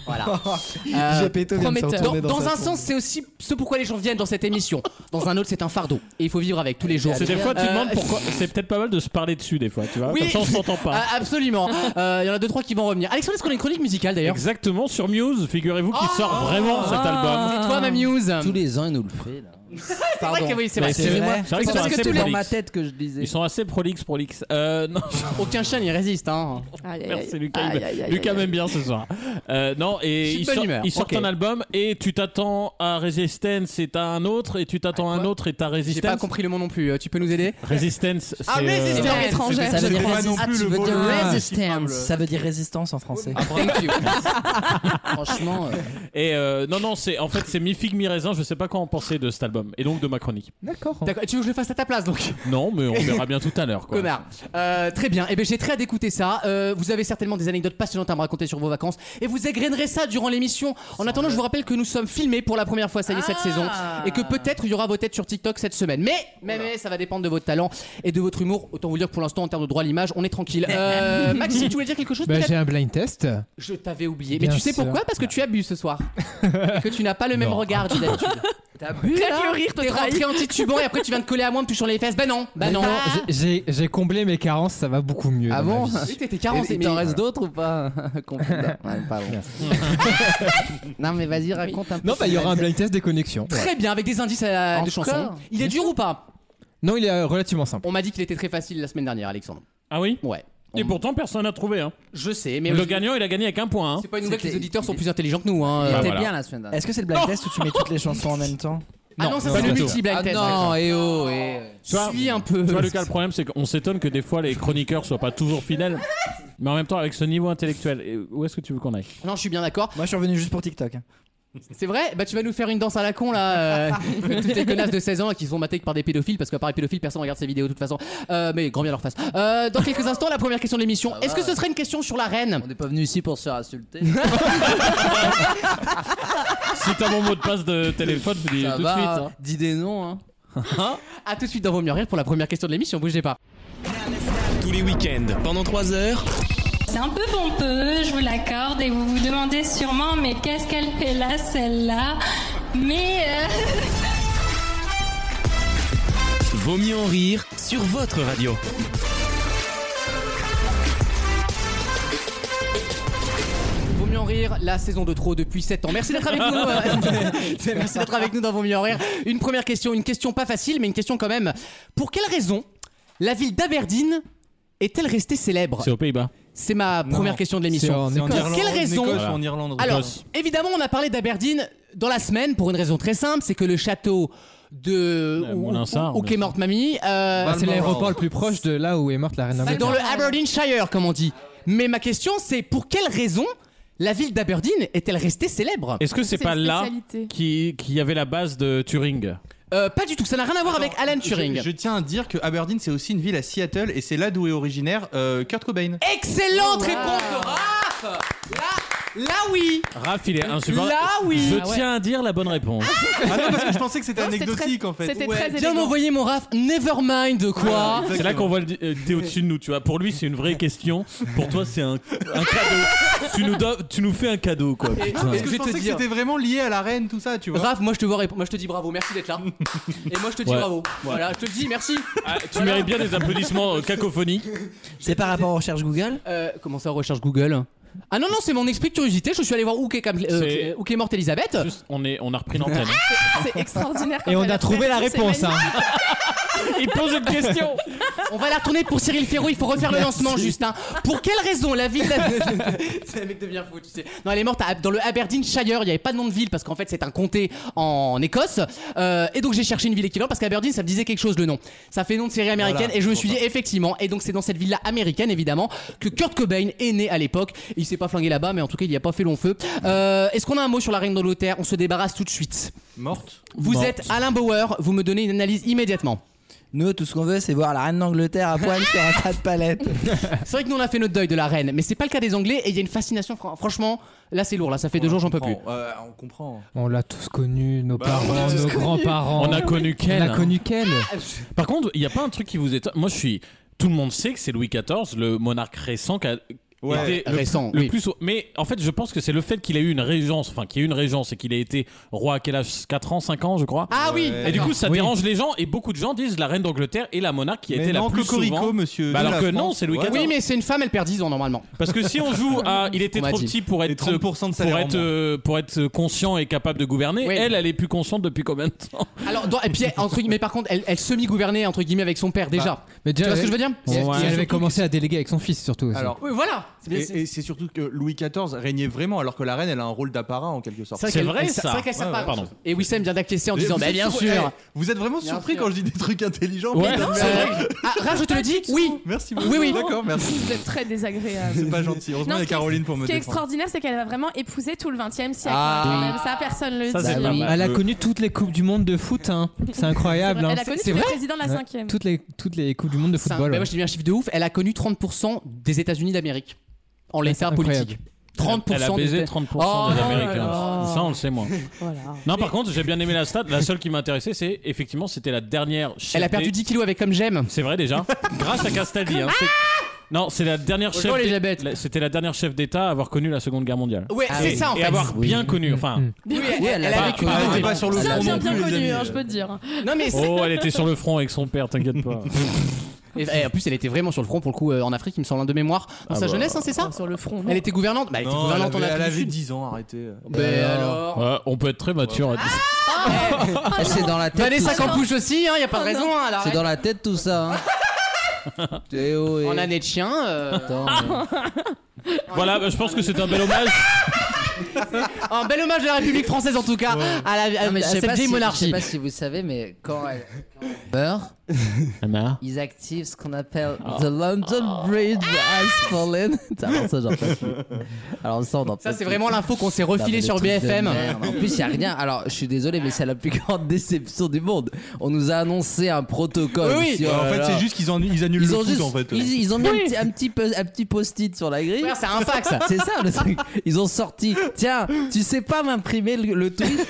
[SPEAKER 2] voilà.
[SPEAKER 8] J'ai
[SPEAKER 2] Euh,
[SPEAKER 8] pété
[SPEAKER 5] Prometteur.
[SPEAKER 2] Dans, dans un sens, c'est aussi ce pourquoi les gens viennent dans cette émission. Dans un autre, c'est un fardeau. Et il faut vivre avec tous les jours.
[SPEAKER 6] C'est des fois, tu
[SPEAKER 2] Euh,
[SPEAKER 6] demandes pourquoi. C'est peut-être pas mal de se parler dessus, des fois, tu vois.
[SPEAKER 2] Oui.
[SPEAKER 6] Comme ça, on s'entend
[SPEAKER 2] euh,
[SPEAKER 6] pas.
[SPEAKER 2] absolument. Euh, Il y en a deux, trois qui vont revenir. Alexandre, est-ce qu'on a une chronique musicale d'ailleurs
[SPEAKER 6] Exactement, sur Muse, figurez-vous qu'il
[SPEAKER 2] Oh.
[SPEAKER 6] sort vraiment cet album.
[SPEAKER 2] C'est toi, ma muse.
[SPEAKER 7] Tous les ans, il nous le fait. là.
[SPEAKER 2] C'est vrai que oui, Bah,
[SPEAKER 6] Mais
[SPEAKER 2] c'est vrai.
[SPEAKER 8] vrai.
[SPEAKER 6] excusez-moi, C'est vrai qu'ils
[SPEAKER 2] Parce
[SPEAKER 6] sont
[SPEAKER 2] que
[SPEAKER 6] assez
[SPEAKER 2] tous les-
[SPEAKER 7] Dans ma
[SPEAKER 6] prolixes.
[SPEAKER 7] tête que je disais.
[SPEAKER 6] Ils sont assez prolixes, prolixes. Euh, non,
[SPEAKER 2] Aucun chien n'y résiste. Hein.
[SPEAKER 5] Aïe, aïe, aïe.
[SPEAKER 6] merci Lucas. il-
[SPEAKER 5] Aïe, aïe, aïe,
[SPEAKER 6] Lucas
[SPEAKER 5] aïe.
[SPEAKER 6] m'aime bien ce soir. Euh, non,
[SPEAKER 2] Je
[SPEAKER 6] et
[SPEAKER 2] suis de
[SPEAKER 6] ils
[SPEAKER 2] bonne
[SPEAKER 6] sortent
[SPEAKER 2] humeur,
[SPEAKER 6] ils sortent
[SPEAKER 2] ok.
[SPEAKER 6] un album et tu t'attends à Resistance et t'as un autre et tu t'attends à un autre et t'as
[SPEAKER 2] Ah, J'ai pas
[SPEAKER 6] Resistance.
[SPEAKER 2] compris le mot non plus. Euh, Tu peux nous aider
[SPEAKER 6] Résistance, c'est.
[SPEAKER 2] Ah,
[SPEAKER 5] Des
[SPEAKER 2] Résistance.
[SPEAKER 6] euh,
[SPEAKER 5] langues
[SPEAKER 2] Ouais,
[SPEAKER 5] étrangères.
[SPEAKER 7] Ça veut dire,
[SPEAKER 3] J'avais pas non
[SPEAKER 7] ah,
[SPEAKER 3] plus
[SPEAKER 7] tu
[SPEAKER 3] le
[SPEAKER 7] veux dire
[SPEAKER 3] volume
[SPEAKER 7] resistance.
[SPEAKER 8] Ça veut dire résistance en français.
[SPEAKER 2] Thank you.
[SPEAKER 7] Franchement, euh,
[SPEAKER 6] Et euh, non, non, c'est en fait c'est mi figue mi raisin. Je sais pas quoi en penser de cet album et donc de ma chronique.
[SPEAKER 4] D'accord. hein.
[SPEAKER 2] D'accord, Tu veux que je le fasse à ta place donc
[SPEAKER 6] Non, mais on verra bien tout à l'heure. quoi.
[SPEAKER 2] Connard. Euh, très bien. Eh bien, j'ai très hâte d'écouter ça. Euh, vous avez certainement des anecdotes passionnantes à me raconter sur vos vacances et vous égrainerez ça durant l'émission. En attendant, je vous rappelle que nous sommes filmés pour la première fois, ça y est, cette saison et que peut-être il y aura vos têtes sur TikTok cette semaine. Mais, mais, mais, ça va dépendre de votre talent et de votre humour. Autant vous dire que pour l'instant, en termes de droit à l'image, on est tranquille. Euh, Maxime, tu voulais dire quelque chose
[SPEAKER 4] Bah,
[SPEAKER 2] peut-être
[SPEAKER 4] j'ai un blind test.
[SPEAKER 2] Je t'avais oublié. Mais
[SPEAKER 4] Bien
[SPEAKER 2] tu sais
[SPEAKER 4] sûr.
[SPEAKER 2] pourquoi Parce que tu as bu ce soir et que tu n'as pas le même
[SPEAKER 4] Non.
[SPEAKER 2] regard que d'habitude. T'as bu
[SPEAKER 5] Rien que le rire te
[SPEAKER 2] T'es
[SPEAKER 5] trahit.
[SPEAKER 2] rentré en titubant et après tu viens de coller à moi en me touchant les fesses. Bah non, bah non.
[SPEAKER 4] J'ai- j'ai- J'ai comblé mes carences, ça va beaucoup mieux.
[SPEAKER 7] Ah
[SPEAKER 4] dans
[SPEAKER 7] bon
[SPEAKER 4] ma vie.
[SPEAKER 2] Oui, T'étais carencé,
[SPEAKER 7] il
[SPEAKER 2] mais-
[SPEAKER 7] t'en reste d'autres ou pas Confident. Ouais, pardon. Non, mais vas-y, raconte un peu.
[SPEAKER 4] Non, bah il y aura un blind test déconnexion.
[SPEAKER 2] Très bien, avec des indices euh, de
[SPEAKER 7] Encore
[SPEAKER 2] chansons. Il est dur ou pas
[SPEAKER 4] Non, il est euh, relativement simple.
[SPEAKER 2] On m'a dit qu'il était très facile la semaine dernière, Alexandre.
[SPEAKER 6] Ah oui.
[SPEAKER 2] Ouais.
[SPEAKER 6] Et pourtant personne n'a trouvé. Hein.
[SPEAKER 2] Je sais, mais
[SPEAKER 6] le
[SPEAKER 2] je-
[SPEAKER 6] gagnant, il a gagné avec un point. hein.
[SPEAKER 2] c'est pas une nouvelle que les
[SPEAKER 7] C'était-
[SPEAKER 2] auditeurs sont plus intelligents que nous. Hein.
[SPEAKER 7] Il
[SPEAKER 6] Bah,
[SPEAKER 7] était
[SPEAKER 6] voilà.
[SPEAKER 7] bien la semaine dernière.
[SPEAKER 8] Est-ce que c'est le blind test où tu mets toutes les chansons en même temps
[SPEAKER 2] ah non,
[SPEAKER 6] non,
[SPEAKER 2] ça
[SPEAKER 6] non,
[SPEAKER 2] c'est le
[SPEAKER 6] non.
[SPEAKER 2] multi blind
[SPEAKER 7] Ah
[SPEAKER 2] test.
[SPEAKER 7] non, et oh, et.
[SPEAKER 6] Tu vois-
[SPEAKER 2] Suis un peu.
[SPEAKER 6] Tu vois, Lucas, le problème, c'est qu'on s'étonne que des fois les chroniqueurs soient pas toujours fidèles. Mais en même temps, avec ce niveau intellectuel, et où est-ce que tu veux qu'on aille
[SPEAKER 2] Non, je suis bien d'accord.
[SPEAKER 8] Moi, je suis revenu juste pour TikTok.
[SPEAKER 2] C'est vrai Bah tu vas nous faire une danse à la con là. euh, toutes les connasses de 16 ans là, qui se font mater que par des pédophiles parce qu'à part les pédophiles personne regarde ces vidéos de toute façon. Euh, mais grand bien leur face. Euh, dans quelques instants la première question de l'émission. Est-ce que ce serait une question sur la reine
[SPEAKER 7] On n'est pas venu ici pour se faire insulter.
[SPEAKER 6] Si t'as mon mot de passe de téléphone, je te dis
[SPEAKER 7] Ça
[SPEAKER 6] tout de
[SPEAKER 7] va,
[SPEAKER 6] suite. hein.
[SPEAKER 7] dis des noms. Hein.
[SPEAKER 2] À tout de suite dans Vos mieux rire pour la première question de l'émission. Bougez pas.
[SPEAKER 1] Tous les week-ends, pendant 3 heures,
[SPEAKER 9] C'est un peu pompeux, je vous l'accorde, et vous vous demandez sûrement, mais qu'est-ce qu'elle fait là, celle-là Mais euh,
[SPEAKER 1] Vaut mieux en rire sur votre radio.
[SPEAKER 2] Vaut mieux en rire, la saison de trop depuis 7 ans. Merci d'être avec nous. euh, Merci d'être avec nous dans Vaut mieux en rire. Une première question, une question pas facile, mais une question quand même. Pour quelle raison la ville d'Aberdeen est-elle restée célèbre
[SPEAKER 6] C'est aux Pays-Bas.
[SPEAKER 2] C'est ma première question de l'émission.
[SPEAKER 4] C'est en
[SPEAKER 2] Pour
[SPEAKER 4] Irlande,
[SPEAKER 2] quelle raison
[SPEAKER 6] Voilà.
[SPEAKER 3] en Irlande.
[SPEAKER 2] Alors,
[SPEAKER 6] Écosse.
[SPEAKER 2] évidemment, on a parlé d'Aberdeen dans la semaine pour une raison très simple, c'est que le château de
[SPEAKER 6] Euh,
[SPEAKER 2] où-
[SPEAKER 6] Moulinsart,
[SPEAKER 2] où, où
[SPEAKER 6] bien
[SPEAKER 2] qu'est
[SPEAKER 6] sûr.
[SPEAKER 2] morte mamie, euh,
[SPEAKER 4] Ah, c'est l'aéroport le plus proche de là où est morte la
[SPEAKER 6] Ah,
[SPEAKER 4] reine
[SPEAKER 2] c'est
[SPEAKER 4] d'Angleterre.
[SPEAKER 2] dans le Aberdeenshire, comme on dit. Mais ma question, c'est pour quelle raison la ville d'Aberdeen est-elle restée célèbre
[SPEAKER 6] Est-ce que c'est
[SPEAKER 5] C'est
[SPEAKER 6] pas
[SPEAKER 5] une
[SPEAKER 6] là
[SPEAKER 5] spécialité.
[SPEAKER 6] qui qui y avait la base de Turing
[SPEAKER 2] Euh, Pas du tout, ça n'a rien à voir avec Alan Turing.
[SPEAKER 3] Je, je tiens à dire que Aberdeen, c'est aussi une ville à Seattle et c'est là d'où est originaire euh, Kurt Cobain.
[SPEAKER 2] Excellente réponse de Raph Là, là oui
[SPEAKER 6] Raph, il est insupportable.
[SPEAKER 2] Là Ah oui
[SPEAKER 6] Ah, Je tiens à dire la bonne réponse.
[SPEAKER 3] Ah non, parce que je pensais que c'était
[SPEAKER 5] Non, c'était
[SPEAKER 3] anecdotique
[SPEAKER 5] très-
[SPEAKER 3] en fait.
[SPEAKER 5] C'était
[SPEAKER 2] Ouais,
[SPEAKER 5] très
[SPEAKER 2] Viens
[SPEAKER 5] élégant.
[SPEAKER 2] m'envoyer mon Raph, nevermind quoi
[SPEAKER 6] C'est là qu'on voit le dé- euh, dé au-dessus de nous, tu vois. Pour lui, c'est une vraie question. Pour toi, c'est un, un cadeau. tu, nous donnes- tu nous fais un cadeau, quoi. Putain.
[SPEAKER 3] Parce que je pensais que c'était vraiment lié à la reine, tout ça, tu vois.
[SPEAKER 2] Raph, moi je te vois répondre. Moi je te dis bravo, merci d'être là. Et moi je te dis
[SPEAKER 6] Ouais.
[SPEAKER 2] bravo. Voilà, je te le dis merci.
[SPEAKER 6] Ah, tu mérites bien des applaudissements euh, cacophoniques.
[SPEAKER 8] C'est par rapport aux recherches Google
[SPEAKER 2] Euh, comment ça recherche Google Ah non non, c'est mon esprit de curiosité. Je suis allé voir où qu'est, cam- euh,
[SPEAKER 6] C'est-
[SPEAKER 2] où qu'est morte Elisabeth.
[SPEAKER 6] Juste, on, est, on a repris l'antenne. hein.
[SPEAKER 5] C'est extraordinaire.
[SPEAKER 4] Et on a trouvé la réponse. Hein.
[SPEAKER 6] Il pose une question.
[SPEAKER 2] On va la retourner pour Cyril Ferraud. Il faut refaire le lancement juste. hein. Pour quelle raison la ville C'est un mec devient fou. Tu sais. Non, elle est morte à- dans le Aberdeenshire. Il n'y avait pas de nom de ville parce qu'en fait c'est un comté en Écosse. Euh, et donc j'ai cherché une ville équivalente parce qu'Aberdeen ça me disait quelque chose le nom. Ça fait nom de série américaine et je me suis dit effectivement. Et donc c'est dans cette ville là américaine évidemment que Kurt Cobain est né à l'époque. Il s'est pas flingué là-bas mais en tout cas il n'y a pas fait long feu. Euh, Est-ce qu'on a un mot sur la reine d'Angleterre On se débarrasse tout de suite.
[SPEAKER 3] Morte.
[SPEAKER 2] Vous
[SPEAKER 6] Morte.
[SPEAKER 2] êtes Alain Bauer. Vous me donnez une analyse immédiatement.
[SPEAKER 8] Nous, tout ce qu'on veut, c'est voir la reine d'Angleterre à poil sur un tas de palettes.
[SPEAKER 2] C'est vrai que nous on a fait notre deuil de la reine, mais c'est pas le cas des Anglais et il y a une fascination. fran- Franchement, là c'est lourd, là ça fait deux jours j'en peux plus.
[SPEAKER 3] Oh, euh, on comprend.
[SPEAKER 4] On l'a tous connu, nos
[SPEAKER 3] Bah,
[SPEAKER 4] parents, nos grands-parents.
[SPEAKER 6] On a connu
[SPEAKER 4] On
[SPEAKER 6] Ken.
[SPEAKER 4] a
[SPEAKER 6] hein.
[SPEAKER 4] connu quel
[SPEAKER 6] Par contre, il n'y a pas un truc qui vous étonne. Moi, je suis. Tout le monde sait que c'est Louis XIV, le monarque récent, qui a
[SPEAKER 3] Ouais.
[SPEAKER 6] été le
[SPEAKER 2] Récent,
[SPEAKER 6] Le
[SPEAKER 2] oui.
[SPEAKER 6] plus, mais en fait, je pense que c'est le fait qu'il a eu une régence, enfin qu'il y ait eu une régence et qu'il ait été roi à quel âge 4 ans, 5 ans, je crois.
[SPEAKER 2] Ah oui.
[SPEAKER 3] Ouais.
[SPEAKER 6] et du coup, ça
[SPEAKER 4] Oui.
[SPEAKER 6] dérange les gens et beaucoup de gens disent la reine d'Angleterre est la monarque qui a
[SPEAKER 3] Mais
[SPEAKER 6] été
[SPEAKER 3] non,
[SPEAKER 6] la plus
[SPEAKER 3] Cocorico,
[SPEAKER 6] souvent.
[SPEAKER 3] monsieur.
[SPEAKER 6] Bah
[SPEAKER 3] de
[SPEAKER 6] alors
[SPEAKER 3] la
[SPEAKER 6] que
[SPEAKER 3] France.
[SPEAKER 6] non, c'est Louis
[SPEAKER 3] Ouais.
[SPEAKER 6] XIV.
[SPEAKER 2] oui, mais c'est une femme, elle perd 10 ans normalement.
[SPEAKER 6] Parce que si on joue à il était
[SPEAKER 2] On m'a
[SPEAKER 6] trop
[SPEAKER 2] dit.
[SPEAKER 6] petit pour
[SPEAKER 3] Et
[SPEAKER 6] être euh,
[SPEAKER 3] 30% de
[SPEAKER 6] pour
[SPEAKER 3] salaire en
[SPEAKER 6] être
[SPEAKER 3] moins.
[SPEAKER 6] euh, pour être conscient et capable de gouverner,
[SPEAKER 2] Oui.
[SPEAKER 6] elle elle est plus consciente depuis combien de temps
[SPEAKER 2] Alors, dans- et puis elle- entre guillemets, par contre, elle, elle semi-gouvernait entre guillemets avec son père déjà.
[SPEAKER 4] Mais
[SPEAKER 2] tu
[SPEAKER 4] déjà,
[SPEAKER 2] vois ce que
[SPEAKER 4] elle-
[SPEAKER 2] je veux dire
[SPEAKER 4] Et- et
[SPEAKER 6] Bah, Ouais.
[SPEAKER 4] elle avait commencé à déléguer avec son fils surtout. aussi. Bah,
[SPEAKER 3] Alors,
[SPEAKER 2] Oui, voilà. C'est bien- c'est-
[SPEAKER 3] et, et c'est surtout que Louis XIV régnait vraiment, alors que la reine, elle a un rôle d'apparat en quelque sorte.
[SPEAKER 2] c'est vrai
[SPEAKER 6] C'est
[SPEAKER 2] qu'elle-
[SPEAKER 6] vrai,
[SPEAKER 2] elle-
[SPEAKER 6] ça.
[SPEAKER 2] C'est vrai qu'elle sert
[SPEAKER 6] Ouais,
[SPEAKER 2] pas. hein.
[SPEAKER 6] ouais, pardon.
[SPEAKER 2] Et Wissem vient d'acquiescer en
[SPEAKER 3] Mais
[SPEAKER 2] disant
[SPEAKER 3] vous
[SPEAKER 2] Bah
[SPEAKER 3] êtes
[SPEAKER 2] bien
[SPEAKER 3] sur-
[SPEAKER 2] sûr.
[SPEAKER 3] eh, vous êtes vraiment
[SPEAKER 2] Bien
[SPEAKER 3] surpris
[SPEAKER 2] sûr.
[SPEAKER 3] quand je dis des trucs intelligents.
[SPEAKER 6] Ouais,
[SPEAKER 3] putain,
[SPEAKER 6] non,
[SPEAKER 3] merde.
[SPEAKER 6] c'est vrai.
[SPEAKER 2] Euh, ah, Raph, je te le dis, oui.
[SPEAKER 3] Merci
[SPEAKER 2] Oui,
[SPEAKER 3] beaucoup.
[SPEAKER 2] oui.
[SPEAKER 3] D'accord, merci.
[SPEAKER 5] Vous êtes très désagréable.
[SPEAKER 3] C'est pas gentil. Heureusement, il y a
[SPEAKER 5] Non, ce qui est-
[SPEAKER 3] Caroline pour me
[SPEAKER 5] Ce qui est
[SPEAKER 3] défendre.
[SPEAKER 5] extraordinaire, c'est qu'elle va vraiment épouser tout le 20 e siècle.
[SPEAKER 3] Ah.
[SPEAKER 5] Quand même, Ça, personne le dit.
[SPEAKER 6] Ça, c'est
[SPEAKER 5] C'est
[SPEAKER 6] pas
[SPEAKER 5] vrai,
[SPEAKER 6] mal.
[SPEAKER 4] Elle a
[SPEAKER 6] Euh,
[SPEAKER 4] connu toutes les coupes du monde de foot, hein. c'est incroyable. hein.
[SPEAKER 5] Elle a connu tous les présidents de la
[SPEAKER 4] Ouais.
[SPEAKER 5] 5ème.
[SPEAKER 4] toutes les toutes les coupes du monde de
[SPEAKER 2] C'est un-
[SPEAKER 4] football.
[SPEAKER 2] mais
[SPEAKER 4] ouais.
[SPEAKER 2] moi, je te dis un chiffre de ouf. Elle a connu 30% des États-Unis d'Amérique en l'état
[SPEAKER 4] c'est
[SPEAKER 2] politique. 30%
[SPEAKER 6] Elle a
[SPEAKER 2] des
[SPEAKER 6] baisé
[SPEAKER 2] États-
[SPEAKER 6] 30%
[SPEAKER 2] Oh
[SPEAKER 6] des
[SPEAKER 2] là
[SPEAKER 6] Américains.
[SPEAKER 2] là.
[SPEAKER 6] Ça, on le sait moins.
[SPEAKER 5] Voilà.
[SPEAKER 6] Non, par contre, j'ai bien aimé la stat. La seule qui m'intéressait, c'est effectivement, c'était la dernière. chef
[SPEAKER 2] Elle a
[SPEAKER 6] des-
[SPEAKER 2] perdu 10 kilos avec comme j'aime. Ah,
[SPEAKER 6] C'est vrai déjà. Grâce à Castaldi. hein. C'est- Non, c'est la dernière chef.
[SPEAKER 2] Bonjour,
[SPEAKER 6] d'É-
[SPEAKER 2] Elisabeth.
[SPEAKER 6] la- C'était la dernière chef d'État à avoir connu la Seconde Guerre mondiale.
[SPEAKER 2] Ouais,
[SPEAKER 8] Ah
[SPEAKER 2] c'est
[SPEAKER 8] oui.
[SPEAKER 2] ça en
[SPEAKER 6] Et
[SPEAKER 2] fait.
[SPEAKER 6] avoir bien connu. Enfin,
[SPEAKER 2] Oui, elle,
[SPEAKER 8] Oui, elle
[SPEAKER 2] elle
[SPEAKER 8] l'a
[SPEAKER 2] a
[SPEAKER 8] pas
[SPEAKER 2] vécu.
[SPEAKER 6] Ah,
[SPEAKER 2] pas mal.
[SPEAKER 6] ouais.
[SPEAKER 3] on est pas sur le
[SPEAKER 5] Bien,
[SPEAKER 3] front
[SPEAKER 5] bien,
[SPEAKER 3] non
[SPEAKER 5] bien
[SPEAKER 3] plus, les
[SPEAKER 5] connu,
[SPEAKER 3] amis.
[SPEAKER 5] hein, je peux te dire.
[SPEAKER 2] Non mais c'est-
[SPEAKER 6] oh, elle était sur le front avec son père. T'inquiète pas.
[SPEAKER 2] Et, et en plus, elle était vraiment sur le front pour le coup euh, en Afrique, il me semble, un de mémoire.
[SPEAKER 6] Ah
[SPEAKER 2] Dans sa
[SPEAKER 6] bah.
[SPEAKER 2] jeunesse, hein, c'est ça
[SPEAKER 5] Sur le front.
[SPEAKER 2] Elle était gouvernante Bah, elle était
[SPEAKER 3] Non, elle
[SPEAKER 2] gouvernante
[SPEAKER 3] avait,
[SPEAKER 2] en
[SPEAKER 3] elle
[SPEAKER 2] Afrique du
[SPEAKER 3] avait
[SPEAKER 2] Sud.
[SPEAKER 3] 10 ans, arrêtez.
[SPEAKER 2] Ben alors.
[SPEAKER 6] Ouais, on peut être très mature. hein. à dix-
[SPEAKER 7] c'est dans la tête. tout
[SPEAKER 2] Vanessa
[SPEAKER 7] ça.
[SPEAKER 2] Campouche aussi, hein, y a pas de
[SPEAKER 5] Oh
[SPEAKER 2] raison. hein, elle
[SPEAKER 7] C'est
[SPEAKER 2] arrête.
[SPEAKER 7] dans la tête tout ça. Hein. Eh oh, eh.
[SPEAKER 2] En année de chien. euh,
[SPEAKER 7] Attends,
[SPEAKER 6] Voilà, bah, je pense que c'est un bel hommage.
[SPEAKER 2] Un bel hommage de la République française en tout cas à, la, à-
[SPEAKER 7] Non, Ah, mais
[SPEAKER 2] à
[SPEAKER 7] je sais
[SPEAKER 2] cette vieille
[SPEAKER 7] pas si- Je sais
[SPEAKER 2] monarchie.
[SPEAKER 7] pas si vous savez, mais quand elle, quand elle Beurre, Ah.
[SPEAKER 6] Anna.
[SPEAKER 7] ils activent ce qu'on appelle The London Bridge has fallen. Alors ça, j'en peux plus. Alors ça, on en
[SPEAKER 2] Ça,
[SPEAKER 7] peut
[SPEAKER 2] c'est
[SPEAKER 7] plus.
[SPEAKER 2] vraiment l'info qu'on s'est
[SPEAKER 7] Non, Bah, mais
[SPEAKER 2] refilé
[SPEAKER 7] les
[SPEAKER 2] sur
[SPEAKER 7] trucs de
[SPEAKER 2] BFM.
[SPEAKER 7] merde. En plus, il n'y a rien. Alors, je suis désolé, mais c'est la plus grande déception du monde. On nous a annoncé un protocole.
[SPEAKER 2] Oui, oui.
[SPEAKER 7] sur-
[SPEAKER 10] en fait, c'est juste qu'ils en- ils annulent
[SPEAKER 7] Ils
[SPEAKER 10] le
[SPEAKER 7] ont
[SPEAKER 10] foot,
[SPEAKER 7] juste.
[SPEAKER 10] en fait.
[SPEAKER 7] Ils, ils ont mis un petit, un petit po- un petit post-it sur la grille.
[SPEAKER 2] Frère, C'est un fax.
[SPEAKER 7] C'est ça le truc. Ils ont sorti. Tiens, tu sais pas m'imprimer le, le tweet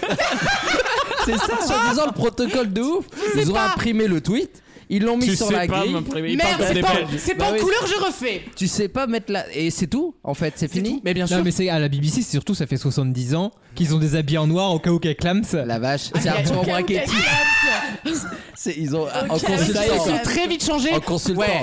[SPEAKER 7] C'est ça, soi-disant le protocole de ouf. Ils ont imprimé le tweet. Ils l'ont mis
[SPEAKER 6] Tu
[SPEAKER 7] sur
[SPEAKER 6] sais
[SPEAKER 7] la
[SPEAKER 6] pas
[SPEAKER 7] grille.
[SPEAKER 6] m'imprimer.
[SPEAKER 2] Merde, c'est pas, c'est pas
[SPEAKER 7] Bah
[SPEAKER 2] en
[SPEAKER 7] oui.
[SPEAKER 2] couleur, je refais.
[SPEAKER 7] Tu sais pas mettre la. Et c'est tout, en fait, c'est
[SPEAKER 2] C'est tout.
[SPEAKER 7] fini.
[SPEAKER 2] Mais bien
[SPEAKER 4] Non,
[SPEAKER 2] sûr.
[SPEAKER 4] mais c'est à la BBC, c'est surtout ça fait 70 ans qu'ils ont des habits en noir au cas où qu'elle clame ça.
[SPEAKER 7] La vache, c'est
[SPEAKER 2] Ah, mais-
[SPEAKER 7] Arthur
[SPEAKER 2] ok, ok.
[SPEAKER 7] Brachetti. C'est- Ils ont. En
[SPEAKER 2] Ah, mais ça, Ils
[SPEAKER 7] consultant.
[SPEAKER 2] ont très vite changé.
[SPEAKER 7] En consultant.
[SPEAKER 2] Ouais.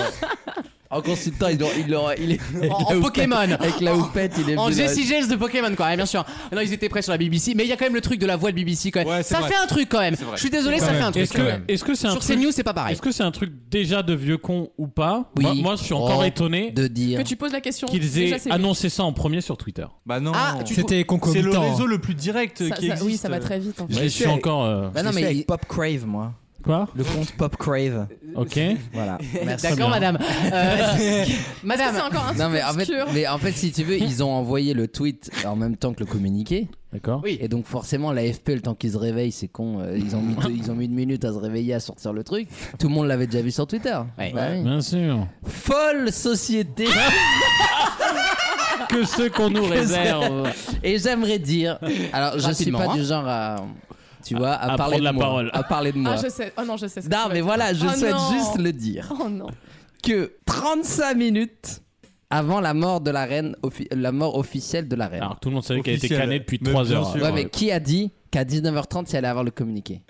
[SPEAKER 7] En consultant, il, doit- il, aura- il est.
[SPEAKER 2] En- en
[SPEAKER 7] la
[SPEAKER 2] Pokémon.
[SPEAKER 7] houppette- Avec la
[SPEAKER 2] En-
[SPEAKER 7] houppette, il est
[SPEAKER 2] En
[SPEAKER 7] venu là-
[SPEAKER 2] Jesse James de Pokémon, quoi, ouais, bien sûr. Non, ils étaient prêts sur la BBC, mais il y a quand même le truc de la voix de BBC quand même.
[SPEAKER 10] Ouais, c'est
[SPEAKER 2] ça
[SPEAKER 10] vrai.
[SPEAKER 2] fait un truc quand même.
[SPEAKER 10] C'est vrai.
[SPEAKER 2] Je suis désolé,
[SPEAKER 4] Quand
[SPEAKER 2] ça fait
[SPEAKER 4] même.
[SPEAKER 2] un truc.
[SPEAKER 4] Est-ce
[SPEAKER 6] Est-ce que est-ce que c'est un
[SPEAKER 2] Sur ces
[SPEAKER 6] truc
[SPEAKER 2] news, c'est pas pareil.
[SPEAKER 6] Est-ce que c'est un truc déjà de vieux con ou pas
[SPEAKER 7] Oui.
[SPEAKER 6] Moi- Moi, je suis encore
[SPEAKER 7] Oh.
[SPEAKER 6] étonné
[SPEAKER 7] De dire.
[SPEAKER 5] Que tu poses la question.
[SPEAKER 6] qu'ils
[SPEAKER 5] déjà,
[SPEAKER 6] aient
[SPEAKER 5] c'est bien.
[SPEAKER 6] annoncé ça en premier sur Twitter.
[SPEAKER 10] Bah non.
[SPEAKER 2] Ah, tu-
[SPEAKER 4] C'était
[SPEAKER 10] c'est le
[SPEAKER 4] concomitant.
[SPEAKER 10] réseau le plus direct
[SPEAKER 5] Ça-
[SPEAKER 10] qui
[SPEAKER 5] ça-
[SPEAKER 10] existe.
[SPEAKER 5] oui, ça va très vite. en fait.
[SPEAKER 6] Ouais, je suis
[SPEAKER 8] fait-
[SPEAKER 6] encore euh,
[SPEAKER 7] Bah non, mais
[SPEAKER 8] mais
[SPEAKER 7] il-
[SPEAKER 8] avec Pop Crave, moi.
[SPEAKER 6] quoi
[SPEAKER 8] Le compte Pop Crave.
[SPEAKER 6] Ok.
[SPEAKER 8] Voilà.
[SPEAKER 2] D'accord,
[SPEAKER 6] Très bien.
[SPEAKER 2] madame. Euh,
[SPEAKER 5] Ça, c'est
[SPEAKER 2] madame.
[SPEAKER 5] encore un
[SPEAKER 7] Non mais en, fait,
[SPEAKER 5] truc obscur.
[SPEAKER 7] mais en fait, si tu veux, ils ont envoyé le tweet en même temps que le communiqué.
[SPEAKER 6] D'accord.
[SPEAKER 2] Oui.
[SPEAKER 7] Et donc forcément, l'AFP, le temps qu'ils se réveillent, c'est con. euh, ils, ont mis deux- ils ont mis une minute à se réveiller, à sortir le truc. Tout le monde l'avait déjà vu sur Twitter.
[SPEAKER 2] Ouais.
[SPEAKER 7] Bah oui.
[SPEAKER 6] Bien sûr.
[SPEAKER 7] Folle société.
[SPEAKER 6] Que ceux qu'on nous réserve.
[SPEAKER 7] Et j'aimerais dire, alors je suis
[SPEAKER 2] Rapidement,
[SPEAKER 7] pas
[SPEAKER 2] hein.
[SPEAKER 7] du genre à, tu vois, à,
[SPEAKER 6] à
[SPEAKER 7] parler
[SPEAKER 6] prendre
[SPEAKER 7] de
[SPEAKER 6] la
[SPEAKER 7] moi,
[SPEAKER 6] parole.
[SPEAKER 7] à parler de moi.
[SPEAKER 5] Ah, je sais. Oh non, je sais. ce que
[SPEAKER 7] Non,
[SPEAKER 5] tu
[SPEAKER 7] mais
[SPEAKER 5] veux
[SPEAKER 7] voilà, je
[SPEAKER 5] Oh
[SPEAKER 7] souhaite
[SPEAKER 5] non.
[SPEAKER 7] juste le dire.
[SPEAKER 5] dire. Oh non.
[SPEAKER 7] que 35 minutes avant la mort de la reine, offi- la mort officielle de la
[SPEAKER 2] Ah.
[SPEAKER 7] reine.
[SPEAKER 6] Alors tout le monde savait qu'elle était
[SPEAKER 10] Officiel.
[SPEAKER 6] canée depuis
[SPEAKER 10] Mais
[SPEAKER 6] 3
[SPEAKER 10] bien
[SPEAKER 6] heures.
[SPEAKER 10] sûr.
[SPEAKER 7] ouais, mais qui a dit qu'à 19h30 il allait avoir le communiqué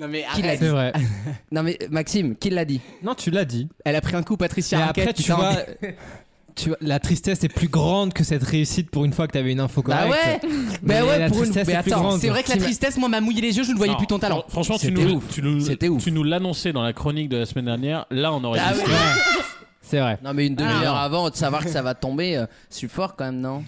[SPEAKER 2] Non, mais
[SPEAKER 7] Qui l'a
[SPEAKER 2] arrête.
[SPEAKER 4] C'est
[SPEAKER 7] dit
[SPEAKER 4] vrai.
[SPEAKER 7] Non mais Maxime, qui l'a dit
[SPEAKER 4] Non, tu l'as dit.
[SPEAKER 2] Elle a pris un coup,
[SPEAKER 4] Et
[SPEAKER 2] Patricia
[SPEAKER 4] après,
[SPEAKER 2] Arquette.
[SPEAKER 4] tu
[SPEAKER 2] putain.
[SPEAKER 4] vois, tu vois, la tristesse est plus grande que cette réussite pour une fois que t'avais une info
[SPEAKER 7] Bah
[SPEAKER 4] correcte.
[SPEAKER 7] ouais
[SPEAKER 4] Mais
[SPEAKER 7] Bah ouais,
[SPEAKER 4] la
[SPEAKER 7] pour une...
[SPEAKER 4] tristesse
[SPEAKER 7] Mais
[SPEAKER 4] est plus
[SPEAKER 7] attends,
[SPEAKER 4] grande.
[SPEAKER 2] C'est vrai que la tristesse, moi, m'a mouillé les yeux, je ne voyais
[SPEAKER 6] Non,
[SPEAKER 2] plus ton talent.
[SPEAKER 6] fran- Franchement, tu
[SPEAKER 7] C'était
[SPEAKER 6] nous,
[SPEAKER 7] ouf.
[SPEAKER 6] tu nous,
[SPEAKER 7] C'était ouf.
[SPEAKER 6] tu nous l'annonçais dans la chronique de la semaine dernière. Là, on aurait dit.
[SPEAKER 4] C'est vrai.
[SPEAKER 7] Non mais une demi-heure
[SPEAKER 2] Ah.
[SPEAKER 7] avant de savoir que ça va tomber, euh, je suis fort quand même, non